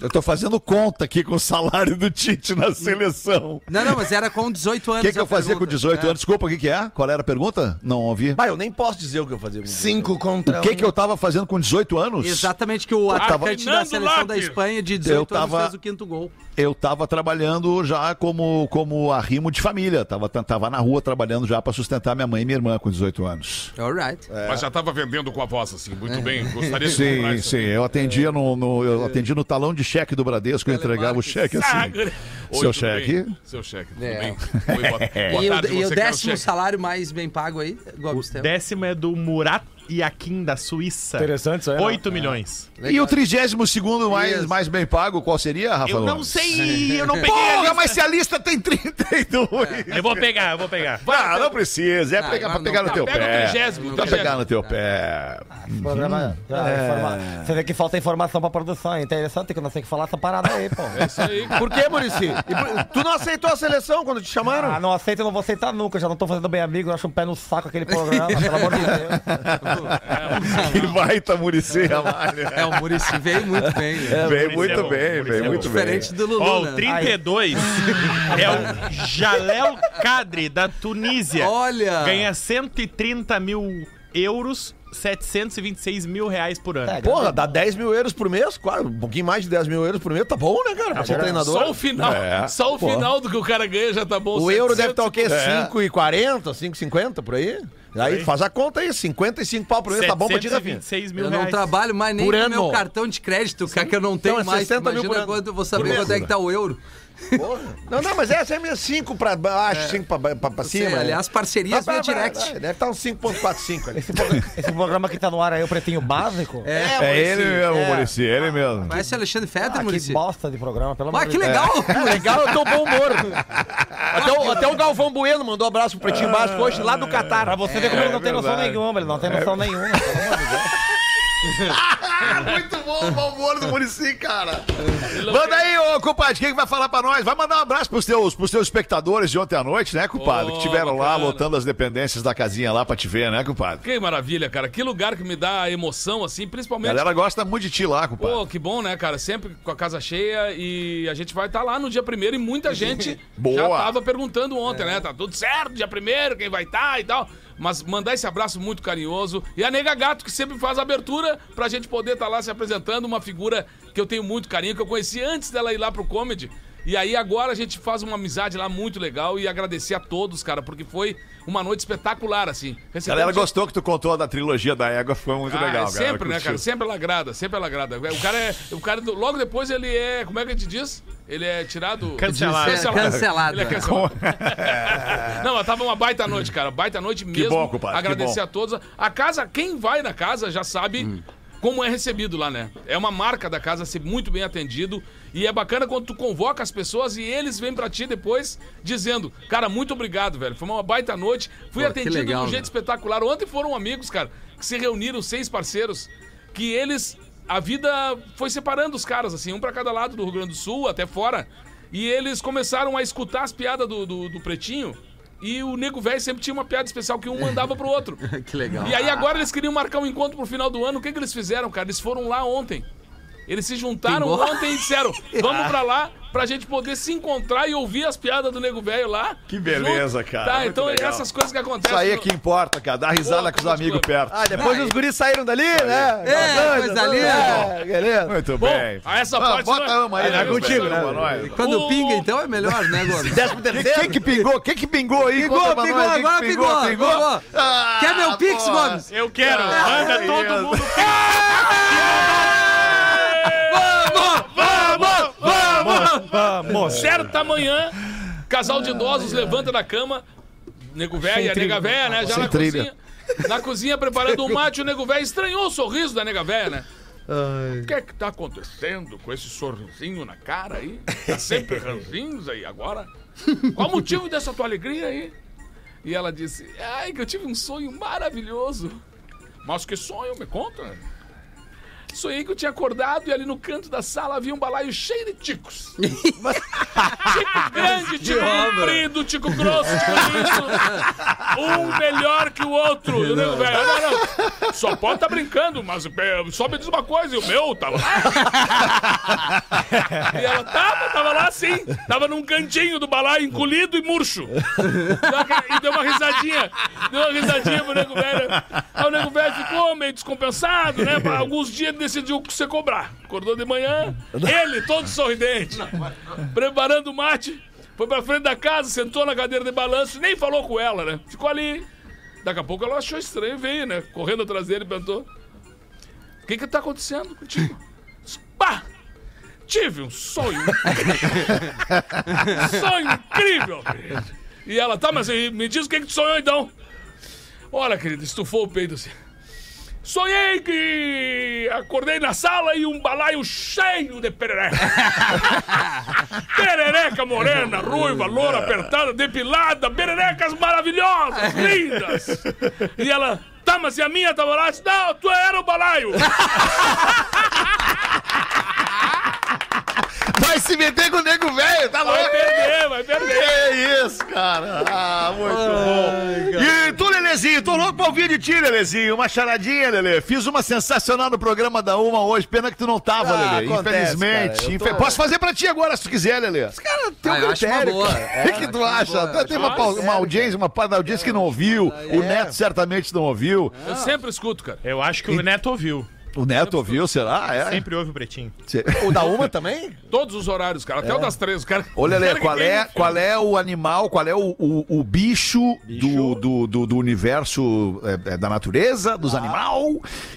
Speaker 1: Eu tô fazendo conta aqui com o salário do Tite
Speaker 6: Hum.
Speaker 1: na seleção.
Speaker 4: Não, não, mas era com
Speaker 1: O
Speaker 4: 18 anos.
Speaker 1: que, que
Speaker 4: a
Speaker 1: eu fazia com
Speaker 4: pergunta.
Speaker 1: 18 anos? Desculpa, o que, que é? Qual era a pergunta? Não ouvi.
Speaker 6: Bah, Ah, eu nem posso dizer o que eu fazia. com o
Speaker 3: Cinco contra
Speaker 1: O que, que eu tava fazendo com 18 anos?
Speaker 4: Exatamente, que o atacante da
Speaker 5: Tá Fernando
Speaker 4: seleção da
Speaker 5: Lopes.
Speaker 4: Espanha de
Speaker 1: Eu
Speaker 4: 18
Speaker 1: tava-
Speaker 4: anos fez o quinto gol.
Speaker 1: Eu tava trabalhando já como, como arrimo de família. Tava, tava na rua trabalhando já pra sustentar minha mãe e minha irmã com 18 anos.
Speaker 4: Alright.
Speaker 5: Mas já tava vendendo com a voz, assim, muito bem. Gostaria de comprar
Speaker 1: Sim,
Speaker 5: isso.
Speaker 1: sim. Eu atendia no, no- eu atendi no talão de cheque do Bradesco, eu entregava o cheque
Speaker 5: Ah,
Speaker 1: assim.
Speaker 5: Oi,
Speaker 1: Seu
Speaker 5: tudo bem?
Speaker 1: cheque?
Speaker 5: Seu cheque, tudo
Speaker 4: É.
Speaker 5: bem? Oi, boa, boa
Speaker 4: E o,
Speaker 5: tarde,
Speaker 4: e o
Speaker 5: você quer um
Speaker 4: décimo
Speaker 5: cheque?
Speaker 4: salário mais bem pago aí, Gomes? tem?
Speaker 7: Décimo é do Murat Yakin da Suíça.
Speaker 8: Interessante isso aí, né?
Speaker 7: 8 milhões.
Speaker 1: E o 32 segundo mais,
Speaker 4: Isso.
Speaker 1: mais bem pago, qual seria, Rafa?
Speaker 7: Eu não
Speaker 1: Gomes?
Speaker 7: sei, eu não peguei. a
Speaker 1: Porra,
Speaker 7: lista.
Speaker 1: mas se a lista tem 32.
Speaker 7: Eu vou pegar, eu vou pegar.
Speaker 1: Ah, não precisa. É
Speaker 4: Não,
Speaker 1: pegar,
Speaker 4: não,
Speaker 1: pra pegar
Speaker 4: não.
Speaker 1: no teu
Speaker 5: Pega o
Speaker 1: pé.
Speaker 5: trigésimo,
Speaker 1: Pra
Speaker 5: trigésimo.
Speaker 1: pegar no teu pé.
Speaker 8: Programa- Ah, informa- Você vê que falta informação pra produção. É interessante que eu não sei o que falar essa parada aí, pô.
Speaker 6: Brasil. Por que, Murici? Tu não aceitou a seleção quando te chamaram?
Speaker 8: Ah, não aceito, eu não vou aceitar nunca. Eu já não tô fazendo bem amigo, eu acho um pé no saco aquele programa, pelo amor de Deus.
Speaker 1: Que baita Murici, Ramalho.
Speaker 4: É, o Murici veio muito bem.
Speaker 1: Vem
Speaker 4: Né?
Speaker 7: Muricy é
Speaker 1: muito
Speaker 7: bom,
Speaker 1: bem,
Speaker 7: Muricy
Speaker 1: vem
Speaker 7: é bom.
Speaker 1: muito bem.
Speaker 4: Diferente do Lulu,
Speaker 7: Ó,
Speaker 4: né?
Speaker 7: o 32 é o Jalel Kadri da Tunísia.
Speaker 4: Olha!
Speaker 7: Ganha 130 mil euros, 726 mil reais por ano.
Speaker 6: Porra, dá 10 mil euros por mês? Claro, um pouquinho mais de 10 mil euros por mês, tá bom, né, cara? Pra ser treinador.
Speaker 5: Só o final.
Speaker 1: É,
Speaker 5: só o final do que o cara ganha já tá bom.
Speaker 6: O euro
Speaker 5: 700.
Speaker 6: deve estar o quê? 5,40, 5,50 por aí? Aí faz a conta aí, 55 pau por mês, tá bom pra ti, Rafinha?
Speaker 7: 726 mil
Speaker 4: Eu não
Speaker 7: reais.
Speaker 4: trabalho mais nem
Speaker 6: Por
Speaker 4: com
Speaker 6: ano.
Speaker 4: meu cartão de crédito, cara, que eu não tenho
Speaker 6: Então é
Speaker 4: mais.
Speaker 6: 60 mil por
Speaker 4: Imagina
Speaker 6: ano.
Speaker 4: quanto eu vou saber quanto é que tá o euro.
Speaker 6: Porra. Não, não, mas essa é minha 5 pra baixo, 5 pra, ba- pra, pra
Speaker 4: Sim,
Speaker 6: cima. né?
Speaker 4: aliás,
Speaker 6: Tá,
Speaker 4: parcerias
Speaker 6: tá,
Speaker 4: via
Speaker 6: tá,
Speaker 4: direct.
Speaker 6: tá, Deve estar uns 5,45 ali.
Speaker 8: Esse, pro- esse programa que tá no ar aí, o Pretinho Básico.
Speaker 4: É,
Speaker 1: É
Speaker 6: Muricy,
Speaker 1: ele mesmo,
Speaker 6: é.
Speaker 1: Murici, ele mesmo.
Speaker 4: Mas esse Alexandre Fetter,
Speaker 8: Ah, que
Speaker 4: Murici.
Speaker 8: bosta de programa, pelo amor
Speaker 4: Ah,
Speaker 8: de
Speaker 4: que
Speaker 8: Deus.
Speaker 4: legal!
Speaker 5: É.
Speaker 6: é Legal, eu tô bom humor. Até o, até o Galvão Bueno mandou um abraço pro Pretinho Básico hoje lá do Catar. Pra
Speaker 8: Você vê como ele
Speaker 1: É
Speaker 8: não tem noção nenhuma, ele não tem noção nenhuma. pelo amor de Deus.
Speaker 1: Ah, Muito bom o mau humor do Murici, cara. Manda aí, ô compadre, quem que vai falar pra nós? Vai mandar um abraço pros teus, pros teus espectadores de ontem à noite, né, compadre?
Speaker 5: Ô,
Speaker 1: que tiveram lá
Speaker 5: bacana.
Speaker 1: lotando as dependências da casinha lá pra te ver, né, compadre?
Speaker 5: Que maravilha, cara. Que lugar que me dá emoção, assim, principalmente.
Speaker 1: A galera gosta muito de ti lá, compadre.
Speaker 5: Pô, que bom, né, cara? Sempre com a casa cheia e a gente vai estar lá no dia primeiro e muita gente já
Speaker 1: Boa.
Speaker 5: tava perguntando ontem, né? Tá tudo certo, dia primeiro, quem vai estar e tal. Mas mandar esse abraço muito carinhoso. E a Nega Gato, que sempre faz a abertura pra tá gente poder estar lá se apresentando, uma figura que eu tenho muito carinho, que eu conheci antes dela ir lá pro comedy. E aí agora a gente faz uma amizade lá muito legal e agradecer a todos, cara, porque foi uma noite espetacular, assim.
Speaker 1: A
Speaker 5: Recebemos
Speaker 1: galera gostou que tu contou da trilogia da égua, foi muito
Speaker 5: Ah,
Speaker 1: legal,
Speaker 5: é sempre, né,
Speaker 1: curtiu.
Speaker 5: cara? Sempre ela agrada, sempre ela agrada. O cara é. O cara, do- logo depois ele é. Como é que a gente diz? Ele é tirado.
Speaker 7: Cancelado. É.
Speaker 4: Cancelado.
Speaker 5: Ele é cancelado. Não, mas tava uma baita noite, cara. Baita noite mesmo.
Speaker 1: bom, compadre, que
Speaker 5: Agradecer
Speaker 1: bom.
Speaker 5: a todos. A casa, quem vai na casa já sabe.
Speaker 4: Hum.
Speaker 5: Como é recebido lá, né? É uma marca da casa ser muito bem atendido. E é bacana quando tu convoca as pessoas e eles vêm pra ti depois dizendo: Cara, muito obrigado, velho. Foi uma baita noite. Fui
Speaker 4: Pô, que
Speaker 5: atendido
Speaker 4: legal,
Speaker 5: de um jeito
Speaker 4: né?
Speaker 5: espetacular. Ontem foram amigos, cara, que se reuniram, seis parceiros, que eles. A vida foi separando os caras, assim, um pra cada lado do Rio Grande do Sul, até fora. E eles começaram a escutar as piadas do, do, do Pretinho. E o nego velho sempre tinha uma piada especial que um mandava pro outro.
Speaker 4: Que legal.
Speaker 5: E aí agora eles queriam marcar um encontro pro final do ano. O que, que eles fizeram, cara? Eles foram lá ontem. Eles se juntaram
Speaker 4: Pingou?
Speaker 5: ontem e disseram: vamos pra lá pra gente poder se encontrar e ouvir as piadas do nego velho lá.
Speaker 1: Que beleza, cara.
Speaker 5: Tá,
Speaker 1: Muito
Speaker 5: então
Speaker 1: legal.
Speaker 5: essas coisas que acontecem.
Speaker 1: Isso aí é
Speaker 5: no-
Speaker 1: que importa, cara. Dá risada
Speaker 5: Pô,
Speaker 1: com os
Speaker 5: Comedy
Speaker 1: amigos
Speaker 5: Club.
Speaker 1: perto.
Speaker 6: Ah, depois os guris saíram dali, né?
Speaker 4: É, coisa linda.
Speaker 6: É, beleza.
Speaker 1: Muito
Speaker 5: Bom,
Speaker 1: bem.
Speaker 5: a essa
Speaker 1: Ah,
Speaker 5: parte
Speaker 1: Bota
Speaker 5: não é-
Speaker 1: uma aí,
Speaker 5: é
Speaker 1: né,
Speaker 5: contigo,
Speaker 1: compadre?
Speaker 5: né?
Speaker 1: Uma, nós.
Speaker 4: Quando
Speaker 5: O-
Speaker 4: pinga, então é melhor, né, Gordo?
Speaker 6: Décimo terceiro.
Speaker 1: Quem que pingou? Quem que pingou aí?
Speaker 4: Pingou,
Speaker 1: Conta pra
Speaker 4: pingou,
Speaker 1: nós, quem que
Speaker 4: agora pingou, pingou. é,
Speaker 1: Ah,
Speaker 4: Quer meu Pix,
Speaker 1: pô.
Speaker 4: Gomes?
Speaker 7: Eu quero. Manda todo mundo.
Speaker 5: Vamos! Vamos! Vamos! Certa manhã, casal de idosos levanta da cama, nego velho e a nega velha, né? Já
Speaker 1: Sem
Speaker 5: na
Speaker 1: trilha.
Speaker 5: cozinha. Na cozinha preparando um mate, o nego velho estranhou o sorriso da nega velha, né? O que é que tá acontecendo com esse sorrisinho na cara aí? Tá sempre ranzinza e agora? Qual o motivo dessa tua alegria aí? E ela disse: Ai, que eu tive um sonho maravilhoso. Mas que sonho, me conta. Sonhei que eu tinha acordado e ali no canto da sala havia um balaio cheio de ticos. tico grande, tico comprido, tico grosso, tico liso. Um melhor que o outro. Eu digo, velho, não, não. Só pode estar brincando, mas é, só me diz uma coisa, e o meu tava lá. E ela tava, tava lá sim. Tava num cantinho do balaio, encolhido e murcho. Deu uma- E deu uma risadinha. Deu uma risadinha pro nego velho. Aí o nego velho ficou meio descompensado, né? Alguns dias ele decidiu você cobrar. Acordou de manhã, ele, todo sorridente, preparando o mate, foi pra frente da casa, sentou na cadeira de balanço, nem falou com ela, né? Ficou ali. Daqui a pouco ela achou estranho e veio, né? Correndo atrás dele, perguntou: O que que tá acontecendo contigo? Pá! Tive um sonho. sonho incrível! E ela, tá, mas e me diz o que, que tu sonhou então. Olha, querida, estufou o peito assim. Sonhei que acordei na sala e um balaio cheio de perereca. perereca morena, ruiva, loura, apertada, depilada, pererecas maravilhosas, lindas. E ela, tá, mas e a minha tava lá? Disse, Não, tu é, era o balaio.
Speaker 1: Vai se meter com o nego velho, tá
Speaker 5: Vai
Speaker 1: louco?
Speaker 5: perder, vai perder.
Speaker 1: Que isso, cara. Ah, muito bom. E tu, Lelezinho, tô louco pra ouvir de ti, Lelezinho. Uma charadinha, Lele. Fiz uma sensacional no programa da Uma hoje. Pena que tu não tava,
Speaker 6: Ah,
Speaker 1: Lele.
Speaker 6: acontece,
Speaker 1: Infelizmente.
Speaker 6: cara, eu tô-
Speaker 1: Infe- Posso fazer pra ti agora, se tu quiser, Lele.
Speaker 6: Cara, tem
Speaker 4: Ah, eu acho uma boa.
Speaker 1: O que, que tu acha? Até tem uma,
Speaker 5: acho
Speaker 1: pau- uma audiência, uma parte da audiência que não ouviu.
Speaker 6: É.
Speaker 1: O Neto certamente não ouviu.
Speaker 5: Eu sempre escuto, cara. É
Speaker 7: Eu acho que o Neto ouviu.
Speaker 1: O Neto ouviu, será? É.
Speaker 7: Sempre ouve o Pretinho.
Speaker 6: O da uma também?
Speaker 5: Todos os horários, cara. Até o das três, cara.
Speaker 1: Ô, Lelê,
Speaker 5: Quero que
Speaker 1: qual é,
Speaker 5: tenha um
Speaker 1: qual é o animal, qual é o, o, o bicho, Do, do, do, do universo é, é, da natureza, dos animal,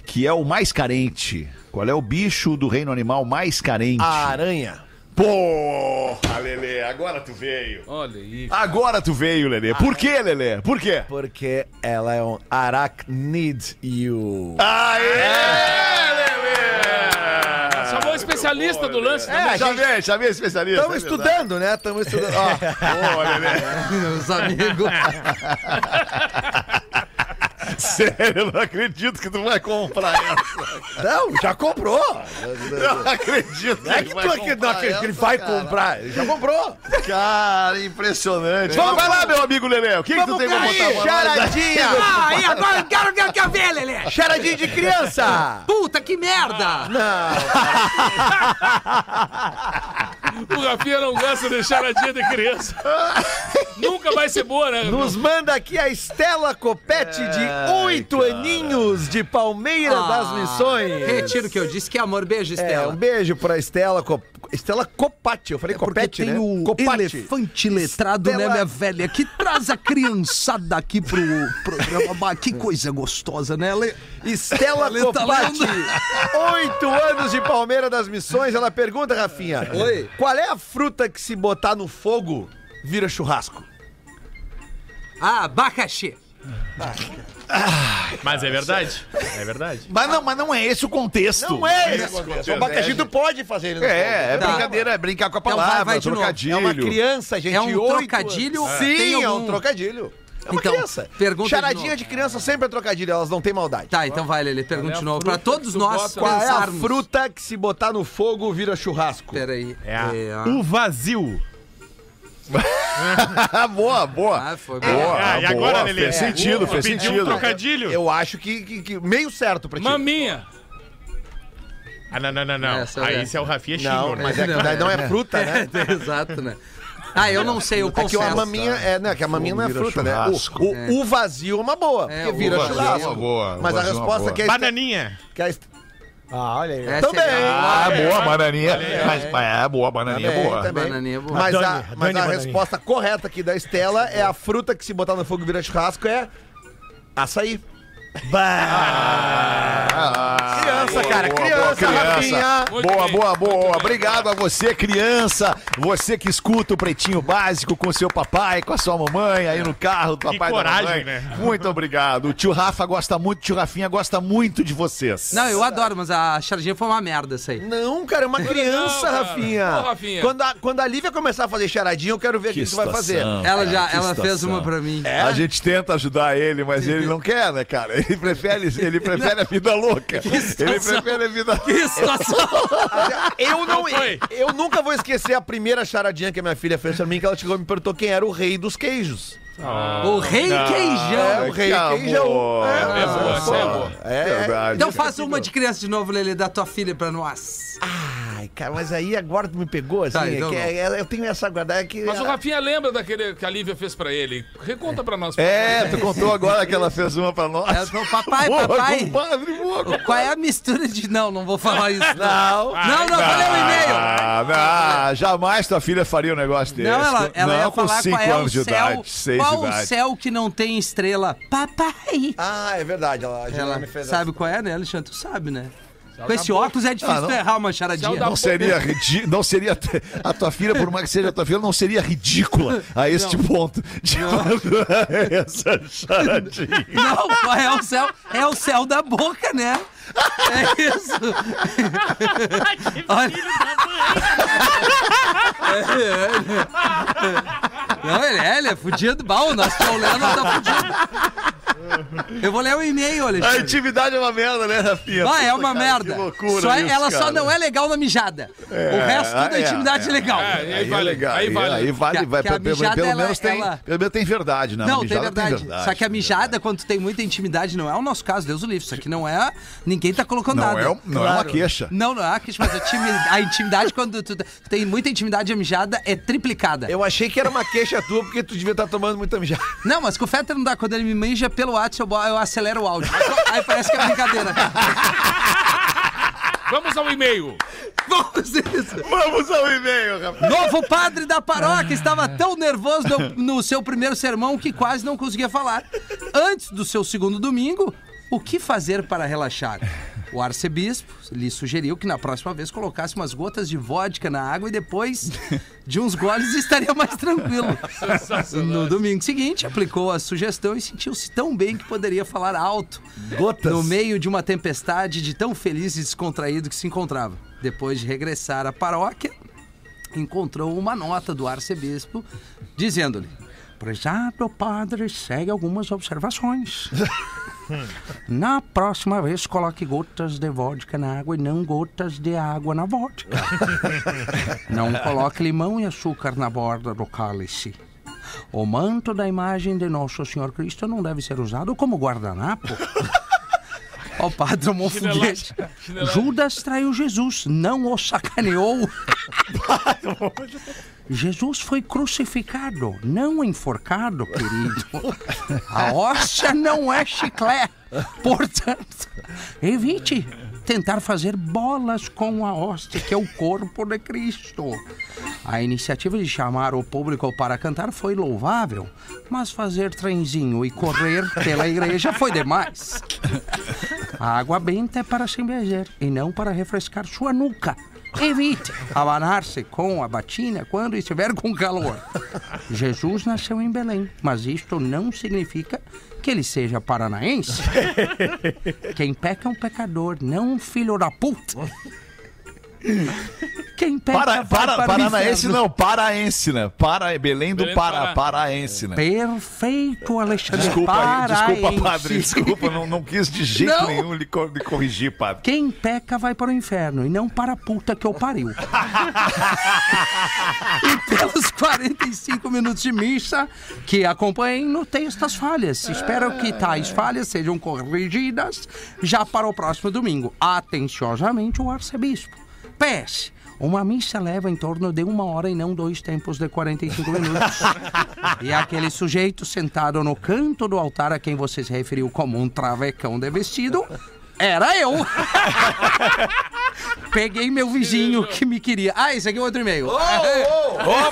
Speaker 1: que é o mais carente? Qual é o bicho do reino animal mais carente?
Speaker 6: A aranha.
Speaker 1: Ah. Porra, Lelê, agora tu veio. Ah.
Speaker 5: filho. Olha aí.
Speaker 1: Agora tu veio, Lelê. Por quê, Lelê? Por quê?
Speaker 6: Porque ela é um arachnid e o.
Speaker 1: É. Aê, Lelê!
Speaker 5: Chamou o é especialista do lance, né?
Speaker 1: É, chamei, chamei especialista.
Speaker 6: Estamos estudando, né? Estamos estudando. Ó,
Speaker 1: Olha, Lelê.
Speaker 4: Meus amigos.
Speaker 1: Sério, eu não acredito que tu vai comprar essa.
Speaker 6: Ah, não, já comprou.
Speaker 1: Eu não acredito.
Speaker 6: Não é que, tu,
Speaker 1: vai
Speaker 6: que, não,
Speaker 1: comprar
Speaker 6: que, que ele
Speaker 1: essa,
Speaker 6: vai
Speaker 1: cara.
Speaker 6: comprar. Ele já comprou.
Speaker 1: Cara, impressionante. Vamos, vai lá, meu amigo Lelê. O que, que tu tem pra botar? Vai lá, vai lá.
Speaker 6: Charadinha.
Speaker 4: Ah, e agora eu quero ver o que eu ver, Lelê.
Speaker 6: Charadinha de criança.
Speaker 4: Puta, que merda.
Speaker 5: O Rafinha não gosta de deixar a dia de criança. Nunca vai ser boa, né?
Speaker 6: Nos manda aqui a Estela Copete de oito aninhos de Palmeira das Missões.
Speaker 4: Retiro o que eu disse. Que amor. Beijo,
Speaker 6: É, um
Speaker 4: Estela.
Speaker 6: beijo pra Estela Co- Estela Copati. Eu falei
Speaker 4: É porque
Speaker 6: Copete,
Speaker 4: tem
Speaker 6: né?
Speaker 4: o
Speaker 6: Copati.
Speaker 4: elefante letrado, né,
Speaker 6: Estela-
Speaker 4: minha velha? Que traz a criançada aqui pro programa. Bah, que coisa gostosa, né, Lê?
Speaker 6: Estela
Speaker 4: Ela tá
Speaker 6: Copati.
Speaker 4: lendo.
Speaker 6: Oito anos de Palmeira das Missões. Ela pergunta, Rafinha.
Speaker 4: Oi.
Speaker 6: Qual é a fruta que se botar no fogo vira churrasco?
Speaker 4: Ah, abacaxi.
Speaker 7: Mas é verdade. É verdade.
Speaker 1: Mas não, mas não é esse o contexto.
Speaker 6: Não é isso.
Speaker 5: acontece,
Speaker 6: O abacaxi tu pode fazer ele no
Speaker 1: É, é
Speaker 4: Tá.
Speaker 1: brincadeira, é brincar com a
Speaker 4: Então vai,
Speaker 1: palavra,
Speaker 4: vai de novo.
Speaker 1: trocadilho.
Speaker 6: fogo. É uma criança, gente.
Speaker 4: É um
Speaker 6: oito
Speaker 4: trocadilho?
Speaker 6: anos.
Speaker 4: É.
Speaker 6: Sim,
Speaker 4: Tem
Speaker 6: é um
Speaker 4: algum-
Speaker 6: trocadilho. É uma
Speaker 4: Então,
Speaker 6: criança.
Speaker 4: pergunta de
Speaker 6: Charadinha
Speaker 4: novo.
Speaker 6: de, criança sempre é trocadilho, elas não têm maldade.
Speaker 4: Tá, então vai, Lelê, pergunta
Speaker 5: Qual é a
Speaker 4: de novo.
Speaker 5: fruta
Speaker 4: Pra todos
Speaker 5: que tu
Speaker 4: nós
Speaker 5: bota?
Speaker 6: Qual é a
Speaker 4: pensarmos.
Speaker 6: fruta que se botar no fogo vira churrasco?
Speaker 4: Peraí.
Speaker 7: É a
Speaker 4: É a-
Speaker 7: O vazio.
Speaker 1: Ah, boa, boa.
Speaker 4: Ah, foi
Speaker 1: Boa,
Speaker 4: boa.
Speaker 7: Ah, e
Speaker 1: boa,
Speaker 7: agora, Lelê?
Speaker 1: Fez sentido,
Speaker 7: Tu
Speaker 1: fez
Speaker 7: pediu
Speaker 1: sentido.
Speaker 7: um trocadilho.
Speaker 6: Eu acho que, que- que meio certo pra ti.
Speaker 5: Maminha.
Speaker 7: Ah, não, não, não, não.
Speaker 4: Essa é.
Speaker 7: Aí se é o Rafinha
Speaker 6: Não,
Speaker 7: xingou, né?
Speaker 6: mas é, que
Speaker 4: Não,
Speaker 6: daí não é fruta, né?
Speaker 4: É, exato, né? Ah, eu não sei, eu
Speaker 6: É que
Speaker 4: confesso.
Speaker 6: a maminha é, né, que a maminha não é
Speaker 1: Vira
Speaker 6: fruta, né?
Speaker 1: churrasco.
Speaker 6: O, o, o vazio é uma boa,
Speaker 4: É,
Speaker 6: porque
Speaker 4: o
Speaker 6: vira
Speaker 4: vazio é uma
Speaker 6: churrasco.
Speaker 1: boa, o
Speaker 6: mas
Speaker 1: vazio
Speaker 6: a
Speaker 1: é uma
Speaker 6: resposta
Speaker 1: boa.
Speaker 6: que é
Speaker 7: Bananinha.
Speaker 6: que é
Speaker 8: Ah, olha aí.
Speaker 4: Essa
Speaker 6: Também.
Speaker 4: é-
Speaker 1: Ah,
Speaker 7: é,
Speaker 1: boa,
Speaker 7: é,
Speaker 1: bananinha.
Speaker 7: é,
Speaker 1: Mas, é, boa, bananinha é
Speaker 6: Também,
Speaker 1: boa.
Speaker 6: também.
Speaker 4: Bananinha é boa.
Speaker 6: Mas a,
Speaker 7: Dani,
Speaker 6: mas
Speaker 7: Dani
Speaker 6: a
Speaker 7: Bananinha.
Speaker 6: resposta correta aqui da Estela é a fruta que se botar no fogo e vira churrasco é açaí.
Speaker 1: Ah,
Speaker 6: Criança,
Speaker 1: boa,
Speaker 6: cara,
Speaker 1: boa,
Speaker 6: criança,
Speaker 1: boa,
Speaker 6: Rafinha.
Speaker 5: Muito
Speaker 1: Boa,
Speaker 5: bem,
Speaker 1: boa, boa.
Speaker 5: bem.
Speaker 1: Obrigado a você, criança. Você que escuta o Pretinho Básico com seu papai, com a sua mamãe, aí no carro, do
Speaker 7: Que
Speaker 1: papai
Speaker 7: coragem,
Speaker 1: da mamãe.
Speaker 7: né?
Speaker 1: Muito obrigado. O tio Rafa gosta muito, o tio Rafinha gosta muito de vocês.
Speaker 4: Não, eu adoro, mas a charadinha foi uma merda essa aí.
Speaker 6: Não, cara, é uma criança,
Speaker 5: cara.
Speaker 6: Rafinha.
Speaker 5: Ô, Rafinha.
Speaker 6: Quando, a, quando a Lívia começar a fazer charadinha, eu quero ver o que,
Speaker 1: Que
Speaker 6: que tu vai fazer.
Speaker 1: situação,
Speaker 4: Ela
Speaker 1: cara,
Speaker 4: já
Speaker 1: é que
Speaker 4: ela fez
Speaker 1: situação.
Speaker 4: uma pra mim.
Speaker 1: A gente tenta ajudar ele, mas ele não quer, né, cara? Ele prefere, ele prefere a vida louca. Ele
Speaker 4: situação.
Speaker 1: prefere a vida louca.
Speaker 4: Que é situação!
Speaker 6: Eu não,
Speaker 7: foi.
Speaker 6: eu nunca vou esquecer a primeira charadinha que a minha filha fez pra mim, que ela chegou e me perguntou quem era o rei dos queijos.
Speaker 1: Ah,
Speaker 4: o rei
Speaker 6: É,
Speaker 4: queijão.
Speaker 6: o rei
Speaker 1: que
Speaker 6: queijão.
Speaker 1: amor.
Speaker 6: É,
Speaker 5: É boa, essa é boa.
Speaker 6: é, é.
Speaker 1: Verdade.
Speaker 4: Então faça uma de criança de novo, Lelê, da tua filha pra nós.
Speaker 6: Ai, cara, mas aí agora tu me pegou assim.
Speaker 4: Tá,
Speaker 6: é
Speaker 4: então
Speaker 6: que
Speaker 4: não.
Speaker 6: é- eu tenho essa guardada que.
Speaker 5: Mas o Rafinha lembra daquele que a Lívia fez pra ele. Reconta pra nós.
Speaker 1: É, tu contou agora que ela fez uma pra nós.
Speaker 4: Ela falou, papai,
Speaker 1: Boa,
Speaker 4: É, papai.
Speaker 1: compadre, boa,
Speaker 4: Qual é a mistura de. Não, não vou falar isso.
Speaker 6: Não.
Speaker 4: Não, não, falei o e-mail.
Speaker 1: Ah, não, jamais tua filha faria um negócio desse.
Speaker 4: Não, ela, ela
Speaker 1: não
Speaker 4: ia
Speaker 1: com
Speaker 4: falar
Speaker 1: cinco
Speaker 4: qual é o
Speaker 1: anos de
Speaker 4: céu.
Speaker 1: idade, seis
Speaker 4: qual
Speaker 1: de
Speaker 4: o
Speaker 1: idade.
Speaker 4: céu que não tem estrela? Papai!
Speaker 6: Ah, é verdade. Ela, a Juliana
Speaker 4: Ela
Speaker 6: me fez
Speaker 4: sabe qual é, né, Alexandre? Tu sabe, né? Com esse óculos é difícil
Speaker 1: Ah, não.
Speaker 4: tu errar uma charadinha.
Speaker 5: Céu da
Speaker 1: Não seria ridículo, não seria a tua filha, por mais que seja a tua filha, não seria ridícula a este ponto de mandar essa charadinha.
Speaker 4: Não, qual é o céu, é o céu da boca, né? É isso. Olha. É, é, é. Não, ele é, ele é fudido. Bom, o nosso tio Leno tá fudido. Eu vou ler o e-mail,
Speaker 1: A
Speaker 4: Alexandre.
Speaker 1: intimidade é uma merda, né, Rafinha?
Speaker 4: Ah, é uma
Speaker 1: Cara,
Speaker 4: merda.
Speaker 1: Que loucura
Speaker 4: Só-
Speaker 1: isso,
Speaker 4: ela só
Speaker 1: cara.
Speaker 4: não é legal na mijada. o resto tudo é,
Speaker 1: é,
Speaker 4: intimidade
Speaker 1: é,
Speaker 4: legal.
Speaker 5: É, aí,
Speaker 1: Aí, é
Speaker 5: vale.
Speaker 1: legal,
Speaker 5: aí vale.
Speaker 1: Aí vale,
Speaker 4: Que a-
Speaker 1: vai,
Speaker 4: que a
Speaker 1: pelo, pelo
Speaker 4: mijada, ela-
Speaker 1: menos tem,
Speaker 4: ela-
Speaker 1: pelo menos tem verdade, né? Na
Speaker 4: Não, tem
Speaker 1: mijada
Speaker 4: verdade. Só que a mijada, quando tu tem muita intimidade, não é o nosso caso, Deus o livre. Isso aqui não é. Ninguém tá colocando
Speaker 1: Não
Speaker 4: nada.
Speaker 1: é um- não é uma queixa.
Speaker 4: Não, não é uma queixa, mas a, timi- a intimidade, quando tu tá, tu tem muita intimidade, a mijada é triplicada.
Speaker 6: Eu achei que era uma queixa tua porque tu devia estar tomando muita mijada.
Speaker 4: Não, mas com o Fetter não dá. Quando ele me mija pelo WhatsApp, eu, bo- eu acelero o áudio. Aí parece que é brincadeira.
Speaker 5: Vamos ao e-mail.
Speaker 4: Vamos isso.
Speaker 1: Vamos ao e-mail, Rafinha.
Speaker 4: Novo padre da paróquia estava tão nervoso no, no seu primeiro sermão que quase não conseguia falar. Antes do seu segundo domingo, o que fazer para relaxar? O arcebispo lhe sugeriu que na próxima vez colocasse umas gotas de vodka na água e depois de uns goles estaria mais tranquilo. No domingo seguinte, aplicou a sugestão e sentiu-se tão bem que poderia falar alto.
Speaker 6: Gotas.
Speaker 4: No meio de uma tempestade de tão feliz e descontraído que se encontrava. Depois de regressar à paróquia, encontrou uma nota do arcebispo dizendo-lhe: Prezado padre, segue algumas observações. Na próxima vez, coloque gotas de vodka na água e não gotas de água na vodka. Não coloque limão e açúcar na borda do cálice. O manto da imagem de Nosso Senhor Cristo não deve ser usado como guardanapo. Ó, padre, tomou um foguete. Judas traiu Jesus, não o sacaneou. Jesus foi crucificado, não enforcado, querido. A hóstia não é chiclé. Portanto, evite
Speaker 9: tentar fazer bolas com a hóstia, que é o corpo de Cristo. A iniciativa de chamar o público para cantar foi louvável, mas fazer trenzinho e correr pela igreja foi demais. A água benta é para se embeijar e não para refrescar sua nuca. Evite abanar-se com a batina quando estiver com calor. Jesus nasceu em Belém, mas isto não significa que ele seja paranaense. Quem peca é um pecador, não um filho da puta. Quem peca
Speaker 1: Para,
Speaker 9: vai
Speaker 1: para,
Speaker 9: para o
Speaker 1: paranaense
Speaker 9: inferno.
Speaker 1: não, paraense, né? Para, Belém do
Speaker 5: Belém do
Speaker 1: Pará,
Speaker 5: Pará.
Speaker 1: paraense, né?
Speaker 9: Perfeito, Alexandre.
Speaker 1: Desculpa, aí, desculpa,
Speaker 9: paraense.
Speaker 1: padre, desculpa, não, não quis de jeito
Speaker 9: Não.
Speaker 1: nenhum lhe, cor- lhe corrigir, padre.
Speaker 9: Quem peca vai para o inferno e não para a puta que eu pariu. e pelos 45 minutos de missa que acompanhem, notei estas falhas. Espero que tais falhas sejam corrigidas já para o próximo domingo. Atenciosamente, o arcebispo. PS. Uma missa leva em torno de uma hora e não dois tempos de 45 minutos. e aquele sujeito sentado no canto do altar a quem você se referiu como um travecão de vestido era eu. Peguei meu vizinho que me queria. Ah, esse aqui é outro e-mail.
Speaker 1: Opa!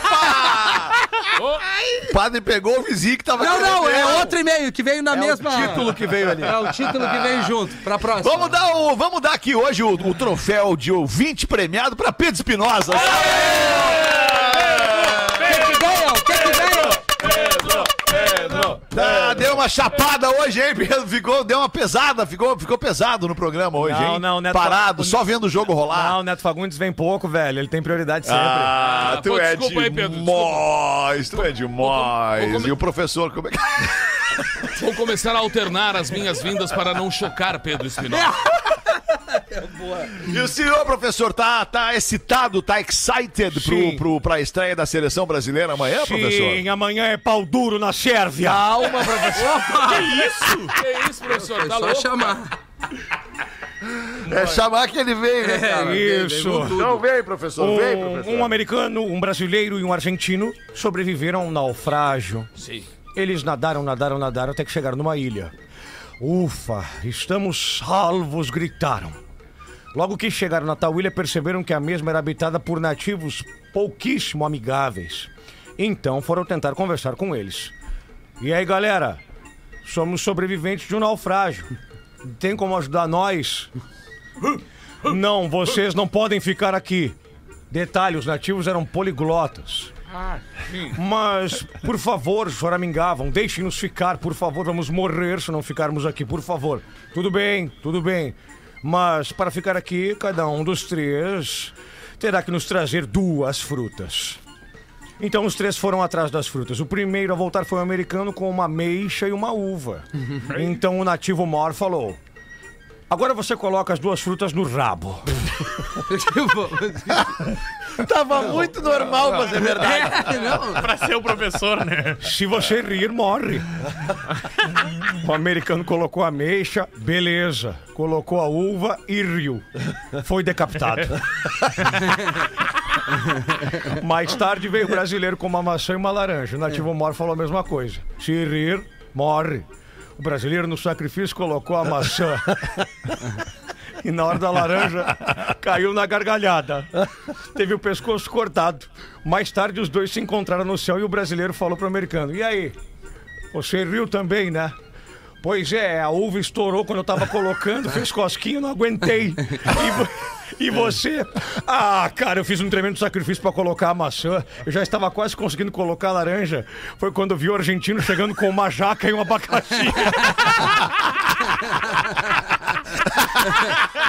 Speaker 1: O padre pegou o vizinho que tava
Speaker 9: Não, não, é
Speaker 1: querendo-
Speaker 9: outro e-mail que veio na mesma.
Speaker 1: É o título que veio ali.
Speaker 9: É o título que veio junto. Pra próxima.
Speaker 1: Vamos dar, o, vamos dar aqui hoje o, o troféu de ouvinte premiado pra Pedro Espinosa.
Speaker 9: É.
Speaker 1: um
Speaker 9: Quem que ganha? Quem que ganha?
Speaker 1: Ah, deu uma chapada hoje, hein, Pedro? Ficou, deu uma pesada, ficou, ficou pesado no programa hoje,
Speaker 8: Não,
Speaker 1: hein?
Speaker 8: não,
Speaker 5: é
Speaker 8: Neto,
Speaker 1: Parado,
Speaker 8: o-
Speaker 1: só vendo o jogo rolar.
Speaker 8: Não, Ah, o Neto Fagundes vem pouco, velho. Ele tem prioridade sempre.
Speaker 1: Ah,
Speaker 5: Ah,
Speaker 1: tu
Speaker 5: pô,
Speaker 1: é
Speaker 5: desculpa aí, Pedro,
Speaker 1: demais, tu é demais.
Speaker 5: vou com-
Speaker 1: E o professor, como é que...
Speaker 5: Vou começar a alternar as minhas vindas para não chocar Pedro Espinosa.
Speaker 1: E o senhor, professor, tá, tá excitado, tá excited pro,
Speaker 8: Sim.
Speaker 1: pro, pra estreia da seleção brasileira amanhã, professor?
Speaker 8: amanhã é pau duro na Sérvia.
Speaker 9: Calma, professor.
Speaker 5: Que isso, professor? Tá
Speaker 9: Só
Speaker 5: louco?
Speaker 9: chamar.
Speaker 1: É chamar que ele vem,
Speaker 8: É,
Speaker 1: né, cara?
Speaker 8: Isso.
Speaker 1: Então vem, professor, vem, professor.
Speaker 8: Um, um americano, um brasileiro e um argentino sobreviveram a um naufrágio.
Speaker 5: Sim.
Speaker 8: Eles nadaram, nadaram, nadaram até que chegaram numa ilha. Ufa, estamos salvos, gritaram. Logo que chegaram na tal ilha, perceberam que a mesma era habitada por nativos pouquíssimo amigáveis. Então foram tentar conversar com eles. E aí, galera? Somos sobreviventes de um naufrágio. Tem como ajudar nós? Não, vocês não podem ficar aqui. Detalhe, os nativos eram poliglotas. Mas, por favor, choramingavam, deixem-nos ficar, por favor, vamos morrer se não ficarmos aqui, por favor. Tudo bem, tudo bem. Mas, para ficar aqui, cada um dos três terá que nos trazer duas frutas. Então, os três foram atrás das frutas. O primeiro a voltar foi um americano com uma ameixa e uma uva. Então, o nativo Mor falou: Agora você coloca as duas frutas no rabo.
Speaker 4: Tá
Speaker 10: Tava muito normal pra ser verdade.
Speaker 9: É, não.
Speaker 7: Pra ser o professor, né?
Speaker 8: Se você rir, morre. O americano colocou a ameixa, beleza. Colocou a uva e riu. Foi decapitado. Mais tarde veio o brasileiro com uma maçã e uma laranja. O nativo mor falou a mesma coisa. Se rir, morre. O brasileiro no sacrifício colocou a maçã. E na hora da laranja, caiu na gargalhada. Teve o pescoço cortado. Mais tarde, os dois se encontraram no céu e o brasileiro falou pro americano: E aí? Você riu também, né? Pois é, a uva estourou quando eu tava colocando, fez cosquinha, não aguentei. E, vo- e você? Ah, cara, eu fiz um tremendo sacrifício pra colocar a maçã. Eu já estava quase conseguindo colocar a laranja. Foi quando eu vi o argentino chegando com uma jaca e um abacaxi.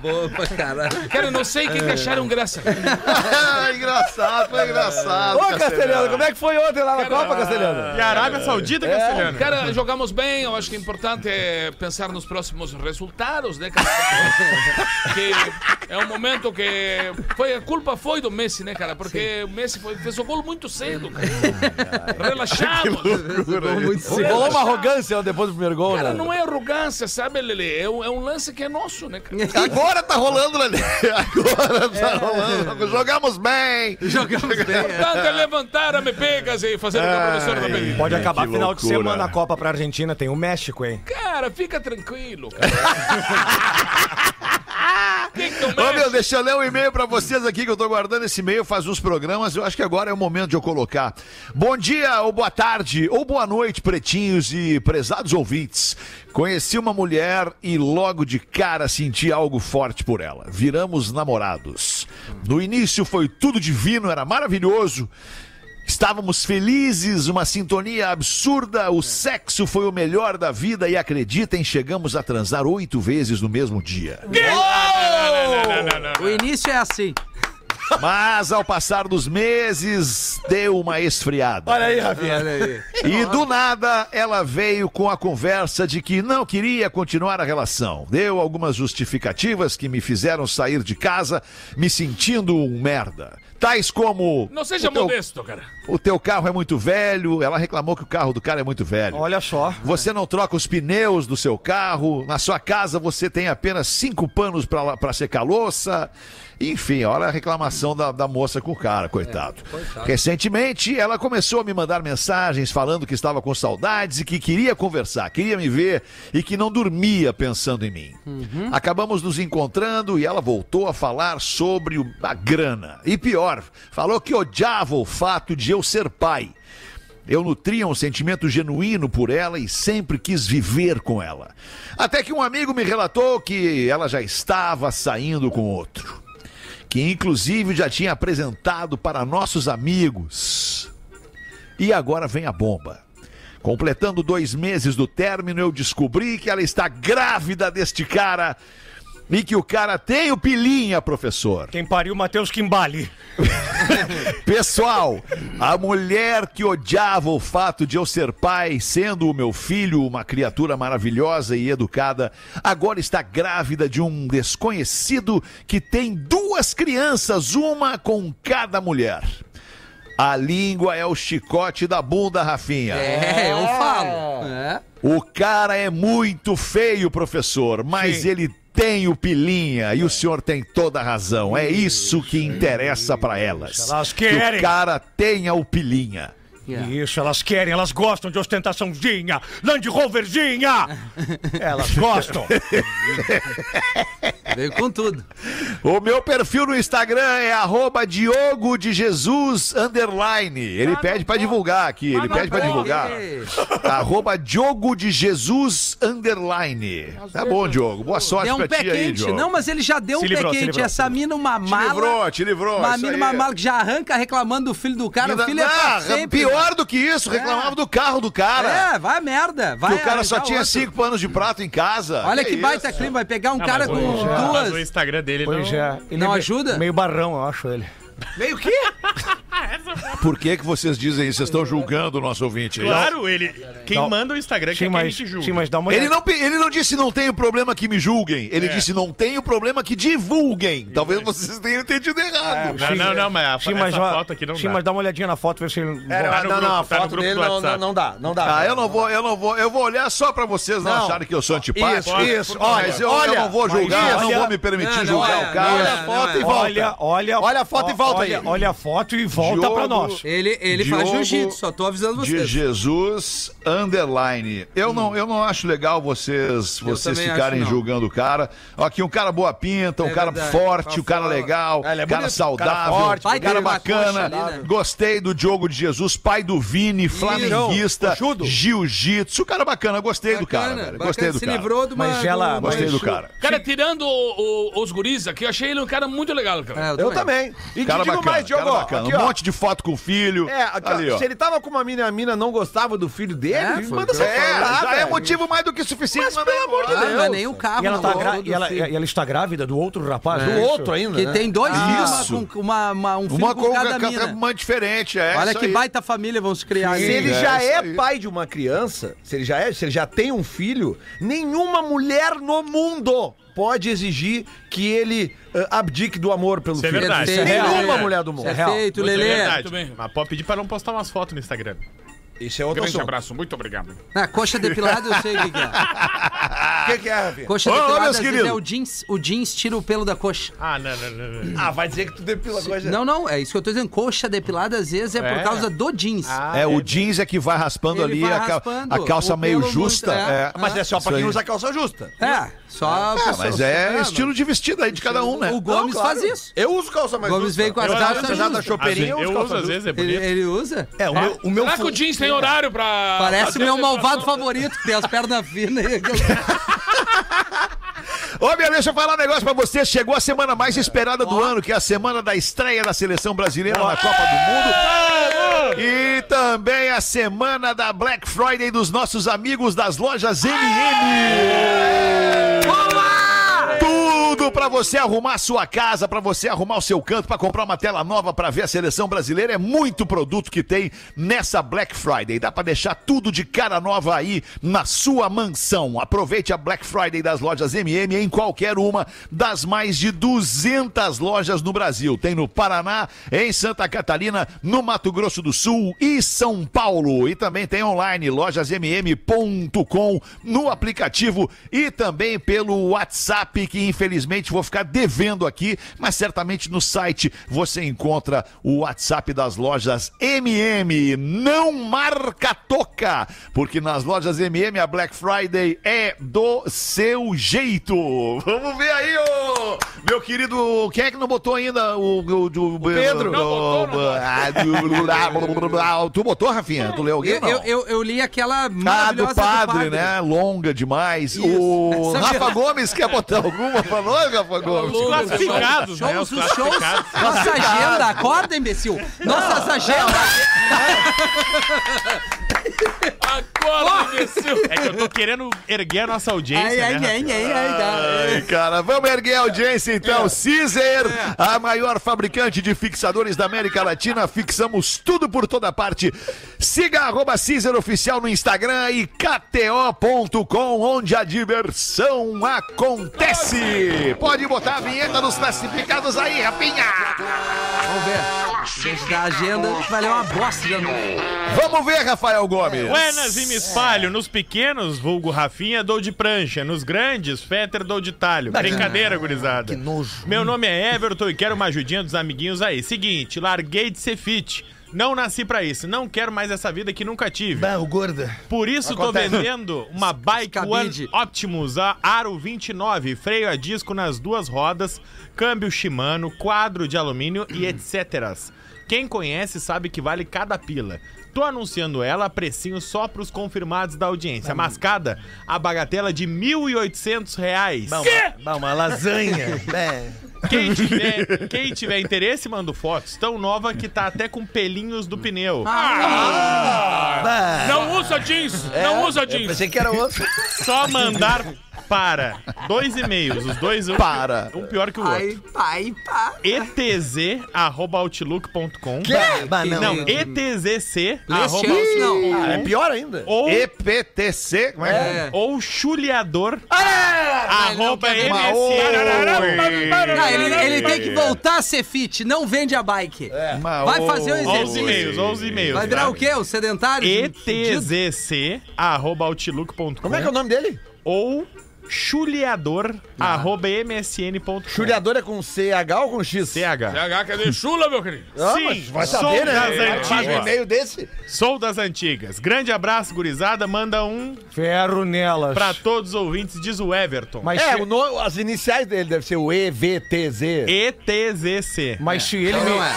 Speaker 9: Boa pra caralho.
Speaker 5: Cara, eu não sei
Speaker 10: É.
Speaker 5: quem que acharam graça.
Speaker 1: Ah, engraçado, foi engraçado.
Speaker 10: Ô, Castelhano, como é que foi ontem lá na Copa, Castelhano?
Speaker 7: E a Arábia Saudita, Castelhano.
Speaker 5: Cara, jogamos bem, eu acho que o importante é pensar nos próximos resultados, né, cara? Que é um momento que foi a culpa foi do Messi, né, cara? Porque o Messi foi- fez o gol muito cedo, cara. Relaxado.
Speaker 10: Rolou uma arrogância depois do primeiro gol,
Speaker 5: Cara,
Speaker 10: né?
Speaker 5: não é arrogância, sabe, Lele? É um, é um lance que é nosso, né, cara?
Speaker 1: Agora tá rolando, Lelê. Agora
Speaker 8: É.
Speaker 1: tá rolando. Jogamos bem.
Speaker 9: Jogamos bem. é.
Speaker 5: Importante é levantar a Mepegas e fazer o que a professora tá pedindo.
Speaker 8: Pode acabar
Speaker 1: É, que
Speaker 8: final de
Speaker 1: loucura.
Speaker 8: semana a Copa pra Argentina, tem o México, hein?
Speaker 5: Cara, fica tranquilo, cara. que que eu
Speaker 1: Ô,
Speaker 5: mexo?
Speaker 1: meu, deixa eu ler um e-mail pra vocês aqui, que eu tô guardando esse e-mail faz uns programas. Eu acho que agora é o momento de eu colocar. Bom dia, ou boa tarde, ou boa noite, pretinhos e prezados ouvintes. Conheci uma mulher e logo de cara senti algo forte por ela. Viramos namorados. No início foi tudo divino, era maravilhoso. Estávamos felizes, uma sintonia absurda, o sexo foi o melhor da vida e acreditem, chegamos a transar oito vezes no mesmo dia.
Speaker 4: O início é assim.
Speaker 1: Mas ao passar dos meses, deu uma esfriada.
Speaker 6: Olha aí, Rafinha.
Speaker 1: E do nada, ela veio com a conversa de que não queria continuar a relação. Deu algumas justificativas que me fizeram sair de casa me sentindo um merda. Tais como.
Speaker 5: Não seja
Speaker 1: o teu,
Speaker 5: modesto, cara.
Speaker 1: o teu carro é muito velho. Ela reclamou que o carro do cara é muito velho.
Speaker 8: Olha só.
Speaker 1: Você não troca os pneus do seu carro. Na sua casa você tem apenas cinco panos pra pra secar a louça. Enfim, olha a reclamação da, da moça com o cara, coitado. Recentemente, ela começou a me mandar mensagens falando que estava com saudades e que queria conversar, queria me ver e que não dormia pensando em mim. Acabamos nos encontrando e ela voltou a falar sobre o- a grana. E pior, falou que odiava o fato de eu ser pai. Eu nutria um sentimento genuíno por ela e sempre quis viver com ela. Até que um amigo me relatou que ela já estava saindo com outro. Que inclusive já tinha apresentado para nossos amigos. E agora vem a bomba. Completando dois meses do término, eu descobri que ela está grávida deste cara e que o cara tem o pilinha, professor.
Speaker 8: Quem pariu o Matheus Kimbali.
Speaker 1: Pessoal, a mulher que odiava o fato de eu ser pai, sendo o meu filho uma criatura maravilhosa e educada, agora está grávida de um desconhecido que tem duas crianças, uma com cada mulher. A língua é o chicote da bunda, Rafinha.
Speaker 4: É, eu falo. É.
Speaker 1: O cara é muito feio, professor, mas ele tem o pilinha e o senhor tem toda a razão. É isso que interessa pra elas.
Speaker 8: Elas
Speaker 1: Que o
Speaker 8: querem.
Speaker 1: cara tenha o pilinha.
Speaker 4: Yeah.
Speaker 8: Isso, elas querem, elas gostam de ostentaçãozinha, Land Roverzinha. Elas gostam.
Speaker 4: Veio com tudo.
Speaker 1: O meu perfil no Instagram é arroba Diogo de Jesus underline. Ele pede pra divulgar aqui, ele pede pra divulgar.
Speaker 4: Ei,
Speaker 1: arroba Diogo de Jesus underline. Tá bom, Diogo. Boa sorte
Speaker 4: Deu um
Speaker 1: pra
Speaker 4: pé
Speaker 1: ti aí,
Speaker 4: quente.
Speaker 1: Diogo.
Speaker 4: Não, mas ele já deu um
Speaker 8: Se livrou,
Speaker 4: pé
Speaker 8: se
Speaker 4: quente.
Speaker 8: livrou.
Speaker 4: Essa mina é uma
Speaker 1: Te livrou,
Speaker 4: mala.
Speaker 1: te livrou.
Speaker 4: Uma
Speaker 1: isso
Speaker 4: mina
Speaker 1: aí.
Speaker 4: uma mala que já arranca reclamando do filho do cara. O filho é pra
Speaker 1: Ah,
Speaker 4: sempre.
Speaker 1: pior do que isso, reclamava do carro do cara.
Speaker 4: É, vai merda. Vai
Speaker 1: Que o cara só
Speaker 4: arranjar
Speaker 1: tinha
Speaker 4: outro.
Speaker 1: cinco panos de prato em casa.
Speaker 4: Olha que
Speaker 1: isso?
Speaker 4: baita clima. Vai pegar um cara com
Speaker 7: mas, o- mas o
Speaker 4: duas.
Speaker 7: Instagram dele
Speaker 8: Pois
Speaker 7: não...
Speaker 8: é. Ele
Speaker 4: Não
Speaker 8: é me-
Speaker 4: ajuda?
Speaker 8: Meio barrão, eu acho ele.
Speaker 1: Por que, que vocês dizem isso? Vocês estão julgando o nosso ouvinte aí.
Speaker 7: Claro, ele... Quem
Speaker 8: Não.
Speaker 7: manda o Instagram que é
Speaker 8: Sim,
Speaker 7: quem
Speaker 8: mas,
Speaker 7: te julga.
Speaker 8: sim, mas dá uma
Speaker 1: Ele não, pe- ele não disse não tenho problema que me julguem.
Speaker 4: É.
Speaker 1: Ele disse não tenho problema que divulguem. Talvez vocês tenham entendido
Speaker 4: É.
Speaker 1: errado.
Speaker 7: Ah, Não, não, não, mas a,
Speaker 8: Sim,
Speaker 7: essa
Speaker 8: mas, ó,
Speaker 7: foto aqui não
Speaker 8: sim,
Speaker 7: dá.
Speaker 8: mas dá uma olhadinha na foto, ver se ele.
Speaker 6: É, não,
Speaker 7: Tá no
Speaker 6: não,
Speaker 7: grupo,
Speaker 6: não, a
Speaker 7: tá no
Speaker 6: foto
Speaker 7: grupo
Speaker 6: dele
Speaker 7: do
Speaker 6: não, não,
Speaker 7: WhatsApp.
Speaker 6: não dá, não dá.
Speaker 1: Ah, eu não vou, eu não vou, eu vou olhar só pra vocês não,
Speaker 6: Não.
Speaker 1: acharem que eu sou antipático.
Speaker 6: Isso,
Speaker 1: isso, olha, mas eu, olha, eu não vou julgar, eu
Speaker 6: mas
Speaker 1: não
Speaker 6: olha-
Speaker 1: vou me permitir
Speaker 4: Não, não,
Speaker 1: julgar
Speaker 4: olha,
Speaker 1: o cara.
Speaker 4: olha a foto e volta.
Speaker 8: Olha, olha,
Speaker 6: Olha a foto e volta
Speaker 8: olha,
Speaker 6: aí.
Speaker 8: Olha a foto e volta
Speaker 1: Diogo-
Speaker 8: pra nós.
Speaker 4: Ele, ele faz
Speaker 1: Diogo
Speaker 4: jiu-jitsu, só tô avisando
Speaker 1: De
Speaker 4: vocês. Hum.
Speaker 1: Jesus underline. Eu não, eu não acho legal vocês, vocês
Speaker 4: também
Speaker 1: ficarem
Speaker 4: acho não.
Speaker 1: julgando o cara. Ó, Aqui um cara boa pinta, um
Speaker 4: É
Speaker 1: cara
Speaker 4: verdade,
Speaker 1: forte,
Speaker 4: tá
Speaker 1: um cara
Speaker 4: fora.
Speaker 1: legal,
Speaker 6: É, ele é
Speaker 1: cara
Speaker 6: bonito,
Speaker 1: saudável,
Speaker 6: cara
Speaker 1: um cara,
Speaker 6: forte,
Speaker 4: Vai ter uma
Speaker 1: bacana.
Speaker 4: coxa ali, né?
Speaker 1: Gostei do Diogo de Jesus, pai do Vini, flamenguista,
Speaker 6: coxudo.
Speaker 1: jiu-jitsu, cara bacana, gostei do cara,
Speaker 4: Bacana,
Speaker 1: velho.
Speaker 4: bacana,
Speaker 1: Gostei do
Speaker 4: se
Speaker 1: cara.
Speaker 4: livrou de uma...
Speaker 8: Mas ela-
Speaker 4: de uma-
Speaker 1: Gostei do
Speaker 8: Mas-
Speaker 1: cara.
Speaker 5: Cara, tirando o- o- os guris aqui, eu achei ele um cara muito legal, cara.
Speaker 4: É,
Speaker 6: Eu também. E te
Speaker 1: Cara
Speaker 6: digo
Speaker 1: bacana,
Speaker 6: mais, Diogo,
Speaker 1: cara bacana.
Speaker 6: aqui,
Speaker 1: um
Speaker 6: ó.
Speaker 1: monte de foto com o filho.
Speaker 6: É, aqui, ó,
Speaker 1: ali, ó.
Speaker 6: se ele tava com uma mina e a mina não gostava do filho dele,
Speaker 4: É, foi
Speaker 6: manda
Speaker 4: o que
Speaker 6: essa
Speaker 4: eu
Speaker 1: É,
Speaker 6: foto lá,
Speaker 1: já é
Speaker 6: velho.
Speaker 1: motivo mais do que suficiente. né?
Speaker 6: Mas
Speaker 1: pra
Speaker 6: pelo
Speaker 1: ir
Speaker 6: amor de
Speaker 1: embora.
Speaker 4: Ah,
Speaker 6: Deus.
Speaker 4: mas nem o carro
Speaker 8: E ela,
Speaker 4: não
Speaker 8: tá
Speaker 4: gostou
Speaker 8: gra-
Speaker 4: do
Speaker 8: e ela-
Speaker 4: filho.
Speaker 8: e ela está grávida do outro é rapaz.
Speaker 6: Do outro ainda,
Speaker 4: Que
Speaker 6: né?
Speaker 4: tem dois filhos,
Speaker 1: Isso.
Speaker 4: uma, com- uma, uma- um filho
Speaker 1: Uma
Speaker 4: com
Speaker 1: com
Speaker 4: cada
Speaker 1: ca-
Speaker 4: mina.
Speaker 1: uma diferente, é.
Speaker 4: Olha
Speaker 1: isso
Speaker 4: que
Speaker 1: aí.
Speaker 4: baita família vão se criar
Speaker 6: Se
Speaker 4: ali.
Speaker 6: ele
Speaker 1: é
Speaker 6: já
Speaker 1: isso
Speaker 6: é
Speaker 1: aí.
Speaker 6: pai de uma criança, se ele já é, se ele já tem um filho, nenhuma mulher no mundo pode exigir que ele eh, abdique do amor pelo
Speaker 7: Isso é
Speaker 6: filho.
Speaker 7: verdade.
Speaker 4: Perfeito,
Speaker 7: Isso é
Speaker 6: Nenhuma
Speaker 4: Lelê.
Speaker 6: mulher do mundo.
Speaker 4: Perfeito,
Speaker 7: Muito
Speaker 4: Lelê.
Speaker 7: verdade.
Speaker 5: Muito bem.
Speaker 7: Mas pode pedir pra não postar umas fotos no Instagram.
Speaker 6: Isso é outro
Speaker 5: Grande
Speaker 6: assunto.
Speaker 5: abraço, muito obrigado.
Speaker 4: Na coxa depilada eu sei o que, que é.
Speaker 6: que, que é, Rafinha?
Speaker 4: Coxa
Speaker 1: Olá,
Speaker 4: depilada,
Speaker 1: meus
Speaker 4: às vezes,
Speaker 1: queridos.
Speaker 4: é o jeans, o jeans tira o pelo da coxa.
Speaker 7: Ah, não, não, não. não.
Speaker 6: Ah, vai dizer que tu depila coisa.
Speaker 4: Não, não, é isso que eu tô dizendo. Coxa depilada, às vezes, é por
Speaker 7: É.
Speaker 4: causa do jeans.
Speaker 7: Ah,
Speaker 1: É, o jeans é que vai raspando
Speaker 4: Ele
Speaker 1: ali
Speaker 4: vai
Speaker 1: a, ca-
Speaker 4: raspando,
Speaker 1: a calça
Speaker 4: o
Speaker 1: meio
Speaker 4: pelo
Speaker 1: justa.
Speaker 4: muito- é.
Speaker 1: é.
Speaker 6: Mas é só pra
Speaker 1: Isso
Speaker 6: quem
Speaker 1: aí.
Speaker 6: usa calça justa.
Speaker 4: É, só.
Speaker 1: Ah,
Speaker 4: pessoas-
Speaker 1: mas é
Speaker 4: Ah,
Speaker 1: estilo de vestido aí de cada um, né?
Speaker 4: O Gomes
Speaker 6: Não, claro.
Speaker 4: faz isso.
Speaker 6: Eu uso calça mais
Speaker 4: Gomes
Speaker 6: justa.
Speaker 4: vem com as
Speaker 6: Eu
Speaker 4: calças
Speaker 6: uso calça
Speaker 4: justas.
Speaker 6: chopeirinha,
Speaker 7: eu
Speaker 6: tá uso
Speaker 7: uso,
Speaker 8: tá
Speaker 6: calça
Speaker 7: às
Speaker 6: justa.
Speaker 7: vezes, é
Speaker 4: Ele,
Speaker 7: bonito.
Speaker 4: ele usa?
Speaker 8: É, o meu, o meu
Speaker 5: Será que
Speaker 8: fu-
Speaker 5: o jeans tem horário pra.
Speaker 4: Parece
Speaker 5: fazer
Speaker 4: o meu malvado
Speaker 5: separação?
Speaker 4: favorito, que tem as pernas finas e aquilo.
Speaker 1: Ô, minha, deixa eu falar um negócio pra você. Chegou a semana mais esperada do ano, que é a semana da estreia da seleção brasileira na Copa
Speaker 4: É,
Speaker 1: do Mundo. E também a semana da Black Friday dos nossos amigos das lojas
Speaker 4: É.
Speaker 1: MM. Tudo pra você arrumar a sua casa, pra você arrumar o seu canto, pra comprar uma tela nova, pra ver a seleção brasileira. É muito produto que tem nessa Black Friday. Dá pra deixar tudo de cara nova aí na sua mansão. Aproveite a Black Friday das lojas MM em qualquer uma das mais de 200 lojas no Brasil. Tem no Paraná, em Santa Catarina, no Mato Grosso do Sul e São Paulo. E também tem online lojasmm.com no aplicativo e também pelo WhatsApp, que infelizmente vou ficar devendo aqui, mas certamente no site você encontra o WhatsApp das lojas MM. Não marca toca, porque nas lojas MM a Black Friday é do seu jeito. Vamos ver aí, ô, meu querido. Quem é que não botou ainda o, o, o-
Speaker 6: Pedro.
Speaker 5: Não botou, não botou.
Speaker 1: Ah, do- tu botou, Rafinha? Tu leu alguém?
Speaker 4: Eu,
Speaker 1: Não.
Speaker 4: eu, eu, eu li aquela
Speaker 1: Ah, do
Speaker 4: maravilhosa
Speaker 1: padre, É, né? Longa demais. O
Speaker 4: Essa
Speaker 1: Rafa Gomes quer botar alguma pra nós, Rafa Gomes?
Speaker 7: Classificados, né?
Speaker 4: Shows,
Speaker 7: Os
Speaker 4: os shows.
Speaker 7: classificados.
Speaker 4: Nossa agenda, acorda, imbecil. Nossas agendas.
Speaker 5: Acorda, imbecil.
Speaker 7: É que eu tô querendo erguer a nossa
Speaker 4: Ai,
Speaker 7: audiência,
Speaker 4: ai,
Speaker 7: né?
Speaker 4: ai, ai, ai, ai.
Speaker 1: Ai, cara, vamos erguer a audiência então. Caesar, a maior fabricante de fixadores da América Latina, fixamos tudo por toda parte. Siga arroba Caesar Oficial no Instagram e KTO.com, onde a diversão acontece. Pode botar a vinheta dos classificados aí, rapinha.
Speaker 4: Vamos ver. Desde da agenda, vai ler uma bosta de anúncio.
Speaker 1: Vamos ver, Rafael Gomes.
Speaker 7: Buenas e me espalho. Nos pequenos, vulgo Rafinha, dou de prancha. Nos grandes, Fetter, dou de talho. Brincadeira, gurizada. Que nojo. Meu nome é Everton e quero uma ajudinha dos amiguinhos aí. Seguinte, larguei de ser fit. Não nasci pra isso. Não quero mais essa vida que nunca tive.
Speaker 6: Ah, o gorda.
Speaker 7: Por isso
Speaker 6: Acontece.
Speaker 7: tô vendendo uma bike
Speaker 4: cabide.
Speaker 7: One Optimus a Aro 29, freio a disco nas duas rodas, câmbio Shimano, quadro de alumínio e etc. Quem conhece sabe que vale cada pila. Tô anunciando ela a precinho só pros confirmados da audiência. Mascada, a bagatela de R$ 1.800. reais.
Speaker 6: Dá uma lasanha. É.
Speaker 7: Quem tiver, quem tiver interesse, mando fotos. Tão nova que tá até com pelinhos do pneu.
Speaker 5: Não usa jeans. Não usa jeans.
Speaker 6: Pensei que era outro.
Speaker 7: Só mandar para dois e-mails, os dois um,
Speaker 1: Para.
Speaker 7: um pior que o
Speaker 4: Pai,
Speaker 7: outro.
Speaker 4: pai, pai.
Speaker 7: etz@outlook.com.
Speaker 6: Bah, não.
Speaker 7: Não, etzc
Speaker 4: Leste
Speaker 7: arroba-
Speaker 4: Elcio, não.
Speaker 6: É pior ainda.
Speaker 7: ou
Speaker 1: EPTC, como é que
Speaker 4: É.
Speaker 7: ou chuleador arroba
Speaker 4: ele não
Speaker 7: msn.
Speaker 4: Não, Ah, ele, ele tem que voltar É. a ser fit, não vende a bike. Vai fazer o exercício.
Speaker 7: 11 e-mails, 11 e-mails.
Speaker 4: Vai virar o quê? O sedentário? Fudido?
Speaker 7: etzc arroba outlook.com
Speaker 6: Como é que é o nome dele?
Speaker 7: ou chuleador arroba msn.com.
Speaker 6: Chulhador é com CH ou com X?
Speaker 7: CH.
Speaker 5: TH, cadê chula, é meu querido?
Speaker 6: Ah,
Speaker 7: Sim,
Speaker 6: mas vai
Speaker 7: sou
Speaker 6: saber, né?
Speaker 7: das
Speaker 6: Faz um
Speaker 7: antigas.
Speaker 6: e-mail desse.
Speaker 7: Sou das antigas. Grande abraço, gurizada. Manda um
Speaker 8: ferro nelas.
Speaker 7: pra todos os ouvintes, diz o Everton.
Speaker 8: Mas,
Speaker 6: É,
Speaker 8: se,
Speaker 6: o no- as iniciais dele deve ser o
Speaker 1: é?
Speaker 6: EVTZ.
Speaker 7: ETZC.
Speaker 8: mas se ele me...
Speaker 4: Não é.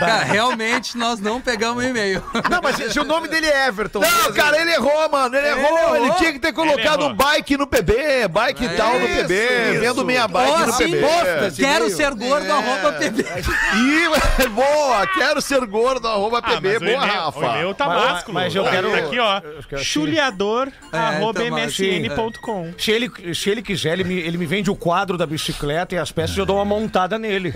Speaker 4: Cara, realmente nós não pegamos e-mail.
Speaker 6: Não, mas se, se o nome dele é Everton.
Speaker 1: Não, cara, ele errou, mano. Ele, errou. Ele tinha que ter colocado
Speaker 7: errou.
Speaker 1: bike no PB, bike e tal no
Speaker 6: isso,
Speaker 1: PB,
Speaker 6: isso.
Speaker 1: vendo minha bike
Speaker 4: Ó,
Speaker 1: no
Speaker 4: sim,
Speaker 1: PB.
Speaker 6: bosta, esse
Speaker 4: Quero
Speaker 6: e-mail.
Speaker 4: ser gordo, arroba PB.
Speaker 1: E boa, quero ser gordo, arroba
Speaker 7: Ah,
Speaker 1: PB,
Speaker 7: mas o
Speaker 1: boa,
Speaker 7: e-mail- O
Speaker 1: Rafa.
Speaker 7: e-mail tá
Speaker 8: Mas-
Speaker 7: másculo.
Speaker 8: mas eu quero-
Speaker 7: Tá aqui, ó.
Speaker 8: quero assim.
Speaker 7: Chuleador,
Speaker 9: então,
Speaker 7: arroba
Speaker 4: tá másculo.
Speaker 7: msn.com.
Speaker 8: Se ele, se ele quiser, ele me, ele me vende o quadro da bicicleta e as peças e eu dou uma montada nele.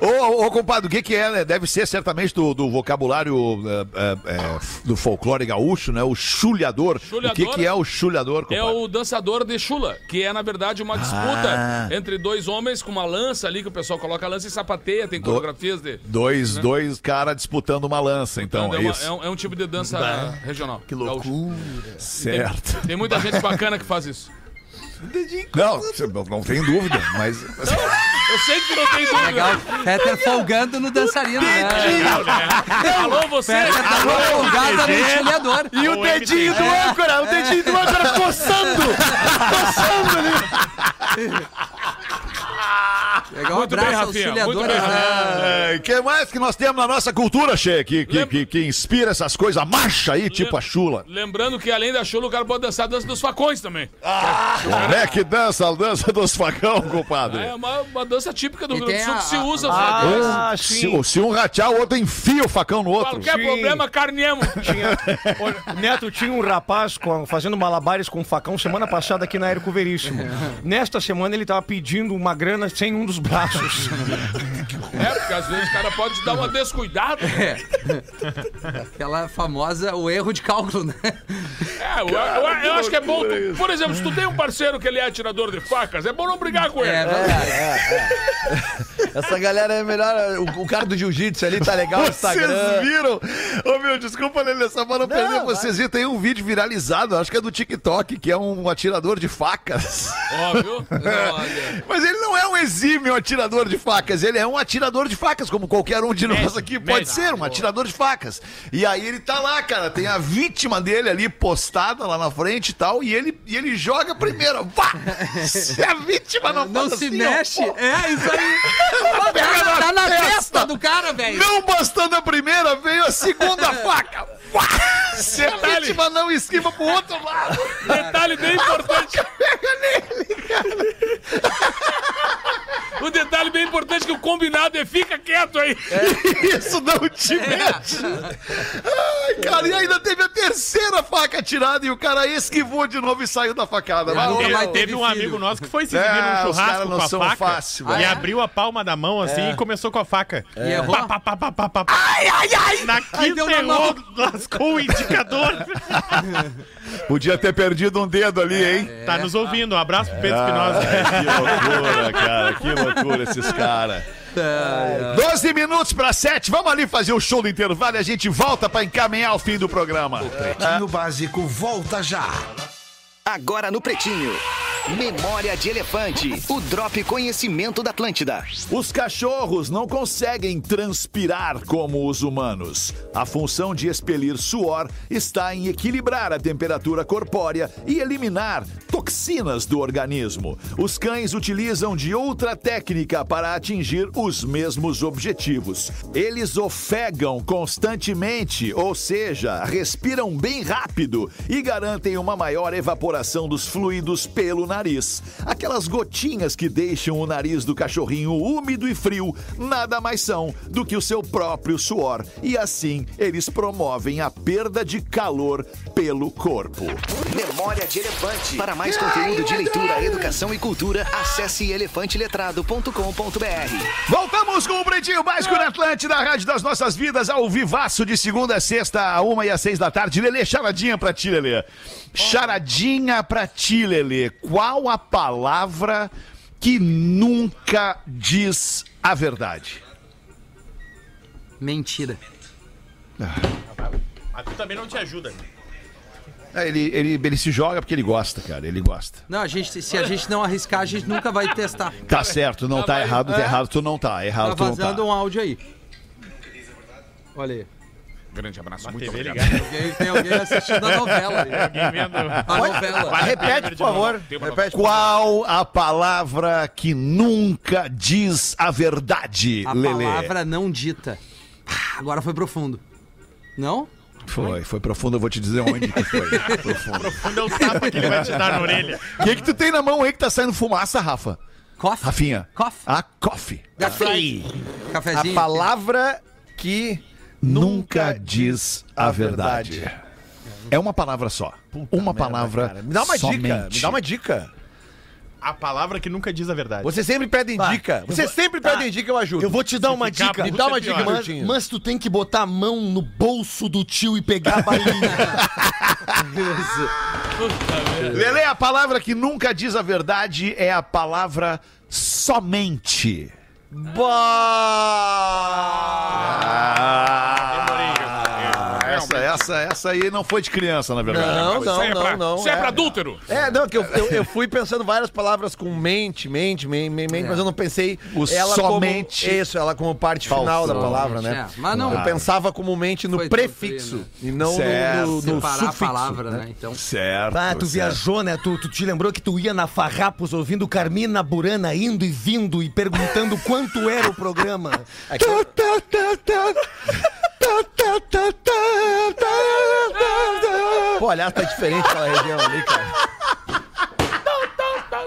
Speaker 1: Ô, Ô, ô, compadre, o que que é, né? Deve ser certamente do, do vocabulário é, é, é, do folclore gaúcho, né? O chulhador.
Speaker 5: Chulhador
Speaker 1: O que que é o chulhador,
Speaker 5: É
Speaker 1: compadre?
Speaker 5: o dançador de chula, que é, na verdade, uma disputa entre dois homens com uma lança ali, que o pessoal coloca a lança e sapateia, tem coreografias de...
Speaker 1: Dois, dois caras disputando uma lança, então,
Speaker 5: é,
Speaker 1: é
Speaker 5: uma-
Speaker 1: isso.
Speaker 5: é um, é um tipo de dança regional. Que loucura.
Speaker 1: Certo.
Speaker 5: Tem muita gente bacana que faz isso.
Speaker 1: Não, cê- não, não tem dúvida, mas...
Speaker 5: Eu sei que não tem dúvida.
Speaker 4: Legal. é, Peter folgando no dançarino, né?
Speaker 5: Legal, né? Alô, você?
Speaker 4: Peter tá folgada no estilhador.
Speaker 6: E o dedinho do âncora, o dedinho do âncora coçando! Coçando ali!
Speaker 4: Legal, um
Speaker 5: Muito bem,
Speaker 4: abraço ao né?
Speaker 5: Rafinha,
Speaker 4: estilhador.
Speaker 5: muito bem,
Speaker 1: O que mais que nós temos na nossa cultura, Che, que, que,
Speaker 5: Lembra-
Speaker 1: que, que inspira essas coisas? A marcha aí, tipo a chula.
Speaker 5: Lembrando que, além da chula, o cara pode dançar a dança dos facões também.
Speaker 1: Como é que dança a dança dos facão, compadre?
Speaker 5: É uma, uma dança típica do
Speaker 4: E
Speaker 5: Rio Grande do
Speaker 4: tem a-
Speaker 5: Sul que se
Speaker 4: a-
Speaker 5: usa.
Speaker 6: Ah,
Speaker 5: sabe?
Speaker 6: Ah,
Speaker 1: se,
Speaker 6: sim.
Speaker 1: se um ratear, o outro enfia o facão no outro.
Speaker 5: Qualquer
Speaker 8: sim.
Speaker 5: problema, É, carnemos.
Speaker 8: Olha, Neto, tinha um rapaz com- fazendo malabares com um facão semana passada aqui na Érico Veríssimo. Nesta semana ele tava pedindo uma grana sem um dos braços.
Speaker 5: É, porque às vezes o cara pode dar uma descuidada. né?
Speaker 4: Aquela famosa, o erro de cálculo, né?
Speaker 5: É, eu, eu- eu acho que é bom. tu- por exemplo, se tu tem um parceiro que ele é atirador de facas, é bom não brigar com ele.
Speaker 4: É verdade.
Speaker 6: Essa galera é melhor. O, o cara do jiu-jitsu ali tá legal no Instagram.
Speaker 1: Vocês viram? Ô meu, desculpa, Lelê, só para não, perder. Vocês viram, tem um vídeo viralizado, acho que é do TikTok, que é um atirador de facas.
Speaker 5: Óbvio. Olha.
Speaker 1: Mas ele não é um exímio atirador de facas, ele é um atirador de facas, como qualquer um de nós
Speaker 5: Médio,
Speaker 1: aqui pode
Speaker 5: médio.
Speaker 1: ser, um atirador de facas. E aí ele tá lá, cara, tem a vítima dele ali postada lá na frente e tal, e ele, e ele joga primeiro. Vá! Se a vítima não,
Speaker 4: Não
Speaker 1: faz
Speaker 4: se
Speaker 1: assim, ó,
Speaker 4: mexe.
Speaker 1: pô,
Speaker 4: É, isso aí. Tá na, tá na testa do cara, velho.
Speaker 1: Não bastando a primeira, veio a segunda faca. Vá! Se a vítima não esquiva pro outro lado,
Speaker 5: Detalhe bem importante. O detalhe bem importante é que o combinado é fica quieto aí.
Speaker 1: isso não te mexe. Ai, cara, e ainda teve a terceira faca atirada e o cara esquivou de novo e saiu da facada. Mas,
Speaker 4: nunca
Speaker 7: Teve,
Speaker 4: mais
Speaker 7: teve
Speaker 4: teve
Speaker 7: um
Speaker 4: filho.
Speaker 7: amigo nosso que foi se
Speaker 1: É,
Speaker 7: exibir
Speaker 1: os
Speaker 7: num
Speaker 1: caras
Speaker 7: churrasco
Speaker 1: não
Speaker 7: com a
Speaker 1: são
Speaker 7: faca
Speaker 1: fácil, é.
Speaker 7: e
Speaker 1: velho.
Speaker 7: abriu a palma da mão assim e começou com a faca.
Speaker 4: E errou?
Speaker 7: Pá, pá, pá, pá, pá, pá, pá. Na quinta
Speaker 4: deu na
Speaker 7: errou, lascou o indicador.
Speaker 1: Podia ter perdido um dedo ali, hein?
Speaker 7: Tá nos ouvindo, um abraço pro
Speaker 1: É.
Speaker 7: Pedro Espinosa.
Speaker 1: Que loucura, cara. Que loucura esses caras. 12 minutos para 7. Vamos ali fazer o show do intervalo e a gente volta para encaminhar o fim do programa.
Speaker 2: Pretinho Básico volta já.
Speaker 9: Agora no Pretinho. Memória de Elefante. O Drop Conhecimento da Atlântida.
Speaker 1: Os cachorros não conseguem transpirar como os humanos. A função de expelir suor está em equilibrar a temperatura corpórea e eliminar toxinas do organismo. Os cães utilizam de outra técnica para atingir os mesmos objetivos. Eles ofegam constantemente, ou seja, respiram bem rápido e garantem uma maior evaporação dos fluidos pelo nariz. Aquelas gotinhas que deixam o nariz do cachorrinho úmido e frio nada mais são do que o seu próprio suor. E assim eles promovem a perda de calor pelo corpo.
Speaker 9: Memória de Elefante. Para mais conteúdo de leitura, educação e cultura, acesse elefanteletrado.com.br.
Speaker 1: Voltamos com o Pretinho Básico na Atlântida, a Rádio das Nossas Vidas, ao vivaço de segunda a sexta, a uma e às seis da tarde. Lelê, charadinha pra ti, Lelê. Charadinha pra ti, Lelê. Qual a palavra que nunca diz a verdade?
Speaker 4: Mentira.
Speaker 7: Mas tu também não te ajuda.
Speaker 1: É, Ele, ele, ele se joga porque ele gosta, cara. Ele gosta.
Speaker 4: Não, a gente, se a gente não arriscar, a gente nunca vai testar.
Speaker 1: Tá certo, não tá errado, tá errado, tu não tá.
Speaker 4: Tá
Speaker 1: Errado, tu não tá.
Speaker 4: vazando um áudio aí. Olha aí.
Speaker 5: Grande abraço,
Speaker 7: A
Speaker 5: muito
Speaker 7: TV
Speaker 5: obrigado.
Speaker 7: ligada.
Speaker 4: Tem, tem alguém assistindo a novela ali.
Speaker 7: Ninguém vendo.
Speaker 4: A novela.
Speaker 6: Repete, por favor.
Speaker 5: Tem uma-
Speaker 6: Repete.
Speaker 1: Qual a palavra que nunca diz a verdade,
Speaker 4: A
Speaker 1: Lelê?
Speaker 4: palavra não dita. Ah, Agora foi profundo. Não?
Speaker 1: Foi, foi profundo, eu vou te dizer onde que foi. profundo.
Speaker 7: Quando é o tapa que ele vai te dar na orelha.
Speaker 1: O que, que tu tem na mão aí que tá saindo fumaça, Rafa?
Speaker 4: Coffee.
Speaker 1: Rafinha.
Speaker 4: Coffee.
Speaker 1: A coffee.
Speaker 4: Café.
Speaker 6: A
Speaker 4: Cafezinho.
Speaker 6: palavra que
Speaker 1: Nunca diz a verdade. É uma palavra só. uma palavra
Speaker 6: Me dá uma
Speaker 1: somente.
Speaker 6: dica, me dá uma dica.
Speaker 7: a palavra que nunca diz a verdade.
Speaker 6: Você sempre pede dica. Você sempre
Speaker 8: Ah,
Speaker 6: pede dica, eu ajudo.
Speaker 11: Eu vou te dar uma
Speaker 7: ficar
Speaker 11: dica.
Speaker 7: puto
Speaker 11: Me dá uma
Speaker 7: é pior.
Speaker 11: dica, mas,
Speaker 6: Tinha.
Speaker 11: mas tu tem que botar a mão no bolso do tio e pegar a balinha.
Speaker 1: Lele, a palavra que nunca diz a verdade é a palavra somente. Ah, essa, essa, essa aí não foi de criança, na verdade.
Speaker 6: Não, não,
Speaker 5: Isso é pra,
Speaker 6: não, não.
Speaker 5: isso é pra adúltero.
Speaker 6: É, não, que eu, eu, eu fui pensando várias palavras com mente, mente, mente, mente, mas eu não pensei
Speaker 1: O somente.
Speaker 6: como isso, ela como parte
Speaker 1: Falso.
Speaker 6: final da palavra, né?
Speaker 4: É, mas não-
Speaker 6: eu pensava como mente no
Speaker 4: Foi
Speaker 6: prefixo
Speaker 4: doutrina.
Speaker 6: e não
Speaker 1: Certo.
Speaker 6: no, no, no
Speaker 4: Separar a
Speaker 6: sufixo.
Speaker 4: palavra, né? Então,
Speaker 1: Certo.
Speaker 11: Ah, tu
Speaker 1: certo.
Speaker 11: viajou, né? Tu, tu te lembrou que tu ia na Farrapos ouvindo Carmina Burana indo e vindo e perguntando quanto era o programa. tá-
Speaker 6: Pô, aliás, tá diferente aquela região ali, cara.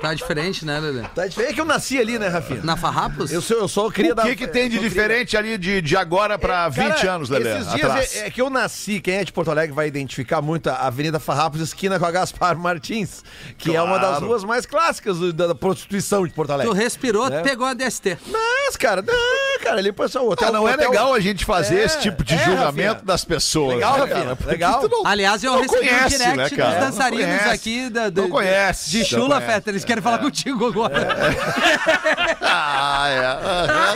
Speaker 4: tá diferente, né, Lelê?
Speaker 6: Tá diferente. É que eu nasci ali, né, Rafinha?
Speaker 4: Na Farrapos?
Speaker 6: Eu, sou, eu só queria
Speaker 1: O que, que tem de diferente ali de, de agora pra 20
Speaker 6: É, Cara,
Speaker 1: anos, Lele?
Speaker 6: Esses dias
Speaker 1: atrás?
Speaker 6: É, é que eu nasci, quem é de Porto Alegre vai identificar muito a Avenida Farrapos, esquina com a Gaspar Martins, que é uma das
Speaker 1: Claro.
Speaker 6: ruas mais clássicas do- da, da prostituição de Porto
Speaker 4: Tu
Speaker 6: Alegre.
Speaker 4: respirou,
Speaker 6: É.
Speaker 4: pegou a DST.
Speaker 6: Mas, cara, não, cara, ali passou o hotel. um
Speaker 1: Ah, não é
Speaker 6: hotel-
Speaker 1: legal a gente fazer
Speaker 6: É,
Speaker 1: esse tipo de
Speaker 6: é,
Speaker 1: julgamento
Speaker 6: Rafinha.
Speaker 1: das pessoas.
Speaker 6: Legal,
Speaker 1: né,
Speaker 6: Rafinha,
Speaker 1: cara? Porque
Speaker 6: legal.
Speaker 1: tu não-
Speaker 4: Aliás, Ah, eu
Speaker 1: não
Speaker 4: recebi
Speaker 1: conhece,
Speaker 4: um direct
Speaker 1: né, cara?
Speaker 4: dos
Speaker 1: Não
Speaker 4: dançarinos
Speaker 11: É.
Speaker 1: conhece.
Speaker 4: aqui da,
Speaker 1: Não
Speaker 4: de-
Speaker 1: conhece. então.
Speaker 4: de
Speaker 1: Não
Speaker 4: Chula
Speaker 1: conhece.
Speaker 4: Feta. Eles querem falar contigo agora.
Speaker 1: Ah, é. Aham.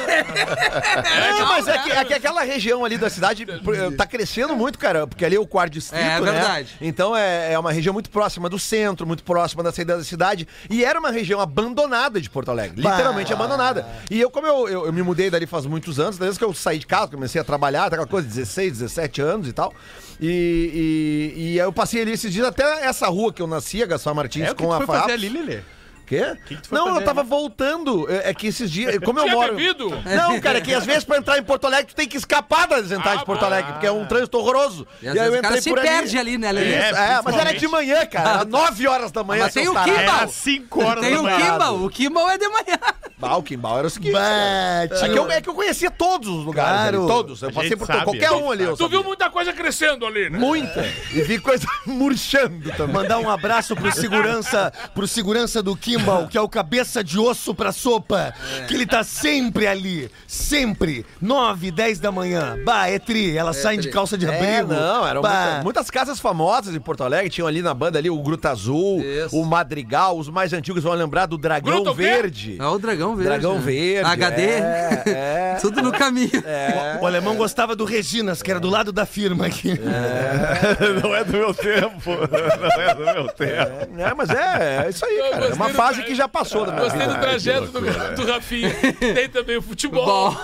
Speaker 6: Não, mas é que, é que aquela região ali da cidade pr- tá crescendo muito, cara, porque ali é o quarto distrito,
Speaker 4: É, é
Speaker 6: né?
Speaker 4: verdade.
Speaker 6: Então é, é uma região muito próxima do centro, muito próxima da saída da cidade. E era uma região abandonada de Porto Alegre, literalmente abandonada. E eu, como eu, eu, eu me mudei dali faz muitos anos, desde que eu saí de casa, comecei a trabalhar, aquela coisa, 16, 17 anos e tal. E, e, e aí eu passei ali esses dias até essa rua que eu nasci, a Gaspar Martins,
Speaker 7: É o que
Speaker 6: com
Speaker 7: tu
Speaker 6: a
Speaker 7: foi
Speaker 6: Farrapos.
Speaker 7: fazer ali, Lelê?
Speaker 6: Quê?
Speaker 7: que tu foi
Speaker 6: Não,
Speaker 7: fazer
Speaker 6: eu tava voltando. É é que esses dias. Como eu
Speaker 5: né? Tinha
Speaker 6: moro.
Speaker 5: bebido?
Speaker 6: Não, cara, é que às vezes pra entrar em Porto Alegre tu tem que escapar das entradas
Speaker 5: Ah,
Speaker 6: de Porto Alegre, porque é um trânsito horroroso.
Speaker 4: E às vezes o cara se perde ali, né, Ah. Lelê?
Speaker 6: É, é, mas era de manhã, cara. Era 9 horas da manhã.
Speaker 4: Ah, mas tem
Speaker 6: seus
Speaker 4: o quê?
Speaker 6: tarados.
Speaker 7: Era 5 horas
Speaker 4: Tem
Speaker 7: da
Speaker 4: o
Speaker 7: manhã.
Speaker 4: Kimball. O Kimball é de manhã.
Speaker 6: Ah, o Kimbal era o seguinte.
Speaker 11: Bah,
Speaker 6: É que,
Speaker 11: tio.
Speaker 6: eu, é que eu conhecia todos os lugares.
Speaker 11: Claro.
Speaker 6: ali, todos. Eu
Speaker 7: A
Speaker 6: passei
Speaker 7: gente
Speaker 6: por
Speaker 7: sabe,
Speaker 6: qualquer
Speaker 7: a gente
Speaker 6: um ali. eu
Speaker 5: Tu viu
Speaker 6: sabia.
Speaker 5: muita coisa crescendo ali, né?
Speaker 6: muita? E vi coisa murchando também.
Speaker 11: Mandar um abraço pro segurança, pro segurança do Kimball, que é o cabeça de osso pra sopa, que ele tá sempre ali, sempre, 9, 10 da manhã. Bah, é tri, elas saem de
Speaker 4: tri.
Speaker 11: calça de abrigo.
Speaker 6: É, não, eram
Speaker 11: Bah.
Speaker 6: muita- muitas casas famosas de Porto Alegre, tinham ali na banda ali o Gruta Azul,
Speaker 4: Isso.
Speaker 6: o Madrigal, os mais antigos vão lembrar do Dragão
Speaker 5: Gruta o quê?
Speaker 6: Verde.
Speaker 4: É o Dragão Verde.
Speaker 6: Dragão
Speaker 4: né?
Speaker 6: Verde,
Speaker 4: HD.
Speaker 6: é, é.
Speaker 4: Tudo no caminho.
Speaker 11: O, o alemão gostava do Reginas, que era do lado da firma aqui.
Speaker 1: Não é do meu tempo. Não é do meu tempo.
Speaker 6: É, mas é, é isso aí, cara. É
Speaker 5: gostei
Speaker 6: uma
Speaker 5: do
Speaker 6: fase
Speaker 5: tra-
Speaker 6: Ah, que já passou da minha
Speaker 5: Gostei do
Speaker 6: vida.
Speaker 5: trajeto do, do Rafinha. Tem também o futebol.
Speaker 4: Bom,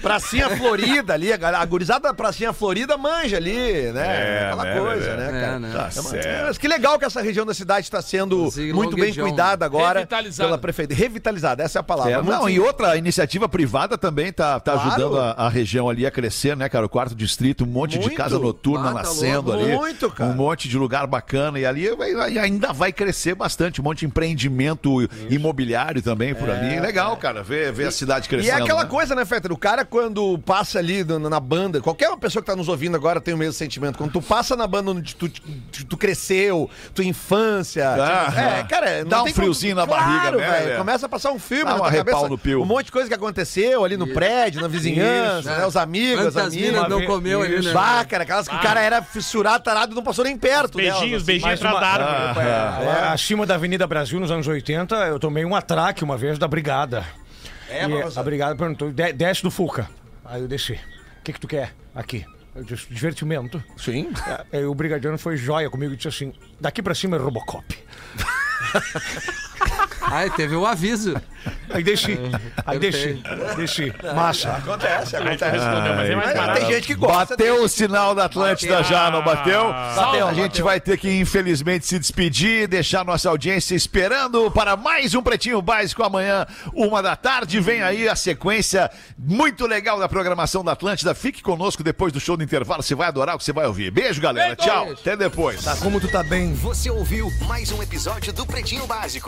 Speaker 6: Pracinha Florida ali, a gal- a gurizada da Pracinha Florida manja ali, né?
Speaker 1: É,
Speaker 6: Aquela
Speaker 1: né,
Speaker 6: coisa,
Speaker 1: né,
Speaker 6: né,
Speaker 4: é,
Speaker 6: cara?
Speaker 4: né?
Speaker 1: Tá certo.
Speaker 6: Mas que legal que essa região da cidade está sendo
Speaker 4: Zigue
Speaker 6: muito bem
Speaker 4: Loguejão.
Speaker 6: cuidada agora
Speaker 5: Revitalizada.
Speaker 6: pela prefeitura. Revitalizada, essa é a palavra.
Speaker 1: É,
Speaker 6: Muito
Speaker 1: não, e outra iniciativa privada também tá, tá
Speaker 6: Claro.
Speaker 1: ajudando a, a região ali a crescer, né, cara? O quarto distrito, um monte de
Speaker 6: Muito.
Speaker 1: casa noturna
Speaker 4: Ah, tá
Speaker 1: nascendo
Speaker 4: louco.
Speaker 1: ali.
Speaker 6: Muito, cara.
Speaker 1: Um monte de lugar bacana. E ali vai- vai- ainda vai crescer bastante, um monte de empreendimento imobiliário também por ali. Legal, cara, ver, ver a cidade
Speaker 6: É, E
Speaker 1: crescendo.
Speaker 6: é aquela
Speaker 1: né?
Speaker 6: coisa, né, Fetter? O cara, quando passa ali na, na banda, qualquer uma pessoa que tá nos ouvindo agora tem o mesmo sentimento. Quando tu passa na banda onde tu, tu- tu cresceu, tua infância.
Speaker 1: Ah,
Speaker 6: é, cara, não
Speaker 1: dá um
Speaker 6: tem
Speaker 1: friozinho na barriga, né,
Speaker 6: velho?
Speaker 1: velho?
Speaker 6: Começa a passar um filme
Speaker 1: Dá
Speaker 6: na
Speaker 1: um
Speaker 6: tua
Speaker 1: arrepau
Speaker 6: cabeça.
Speaker 1: no pio.
Speaker 6: Um monte de coisa que aconteceu ali no prédio, na vizinhança,
Speaker 4: Isso,
Speaker 6: né?
Speaker 4: né?
Speaker 6: Os amigos, as
Speaker 4: quantas
Speaker 6: amigas.
Speaker 4: minas não comeu ali, né?
Speaker 6: Bah, cara, aquelas que o cara era fissurado, tarado, não passou nem perto.
Speaker 7: Beijinhos,
Speaker 6: delas, assim.
Speaker 7: beijinhos pra dar. árvore.
Speaker 8: Lá É, acima da Avenida Brasil, nos anos 80, eu tomei um atraque uma vez da Brigada. É, e a Brigada perguntou, "De- desce do Fuca. Aí eu desci. O que que tu quer aqui? Eu disse, divertimento.
Speaker 6: Sim.
Speaker 8: Aí o brigadiano foi joia comigo e disse assim, daqui pra cima é Robocop.
Speaker 4: Aí teve o aviso.
Speaker 8: Aí desci, aí desci, desci. Massa.
Speaker 6: Acontece,
Speaker 7: Aí tu
Speaker 6: acontece.
Speaker 7: respondeu, mas é mais
Speaker 6: Mas
Speaker 7: barato.
Speaker 6: tem gente que gosta. né? Ah.
Speaker 1: Bateu o sinal da Atlântida já, não bateu?
Speaker 6: Bateu,
Speaker 1: a gente vai ter que, infelizmente, se despedir, deixar nossa audiência esperando para mais um Pretinho Básico amanhã, uma da tarde. Vem aí a sequência muito legal da programação da Atlântida. Fique conosco depois do show do intervalo, você vai adorar o que você vai ouvir. Beijo, galera. Tchau. Até depois.
Speaker 11: Como tu tá bem.
Speaker 9: Você ouviu mais um episódio do Pretinho Básico.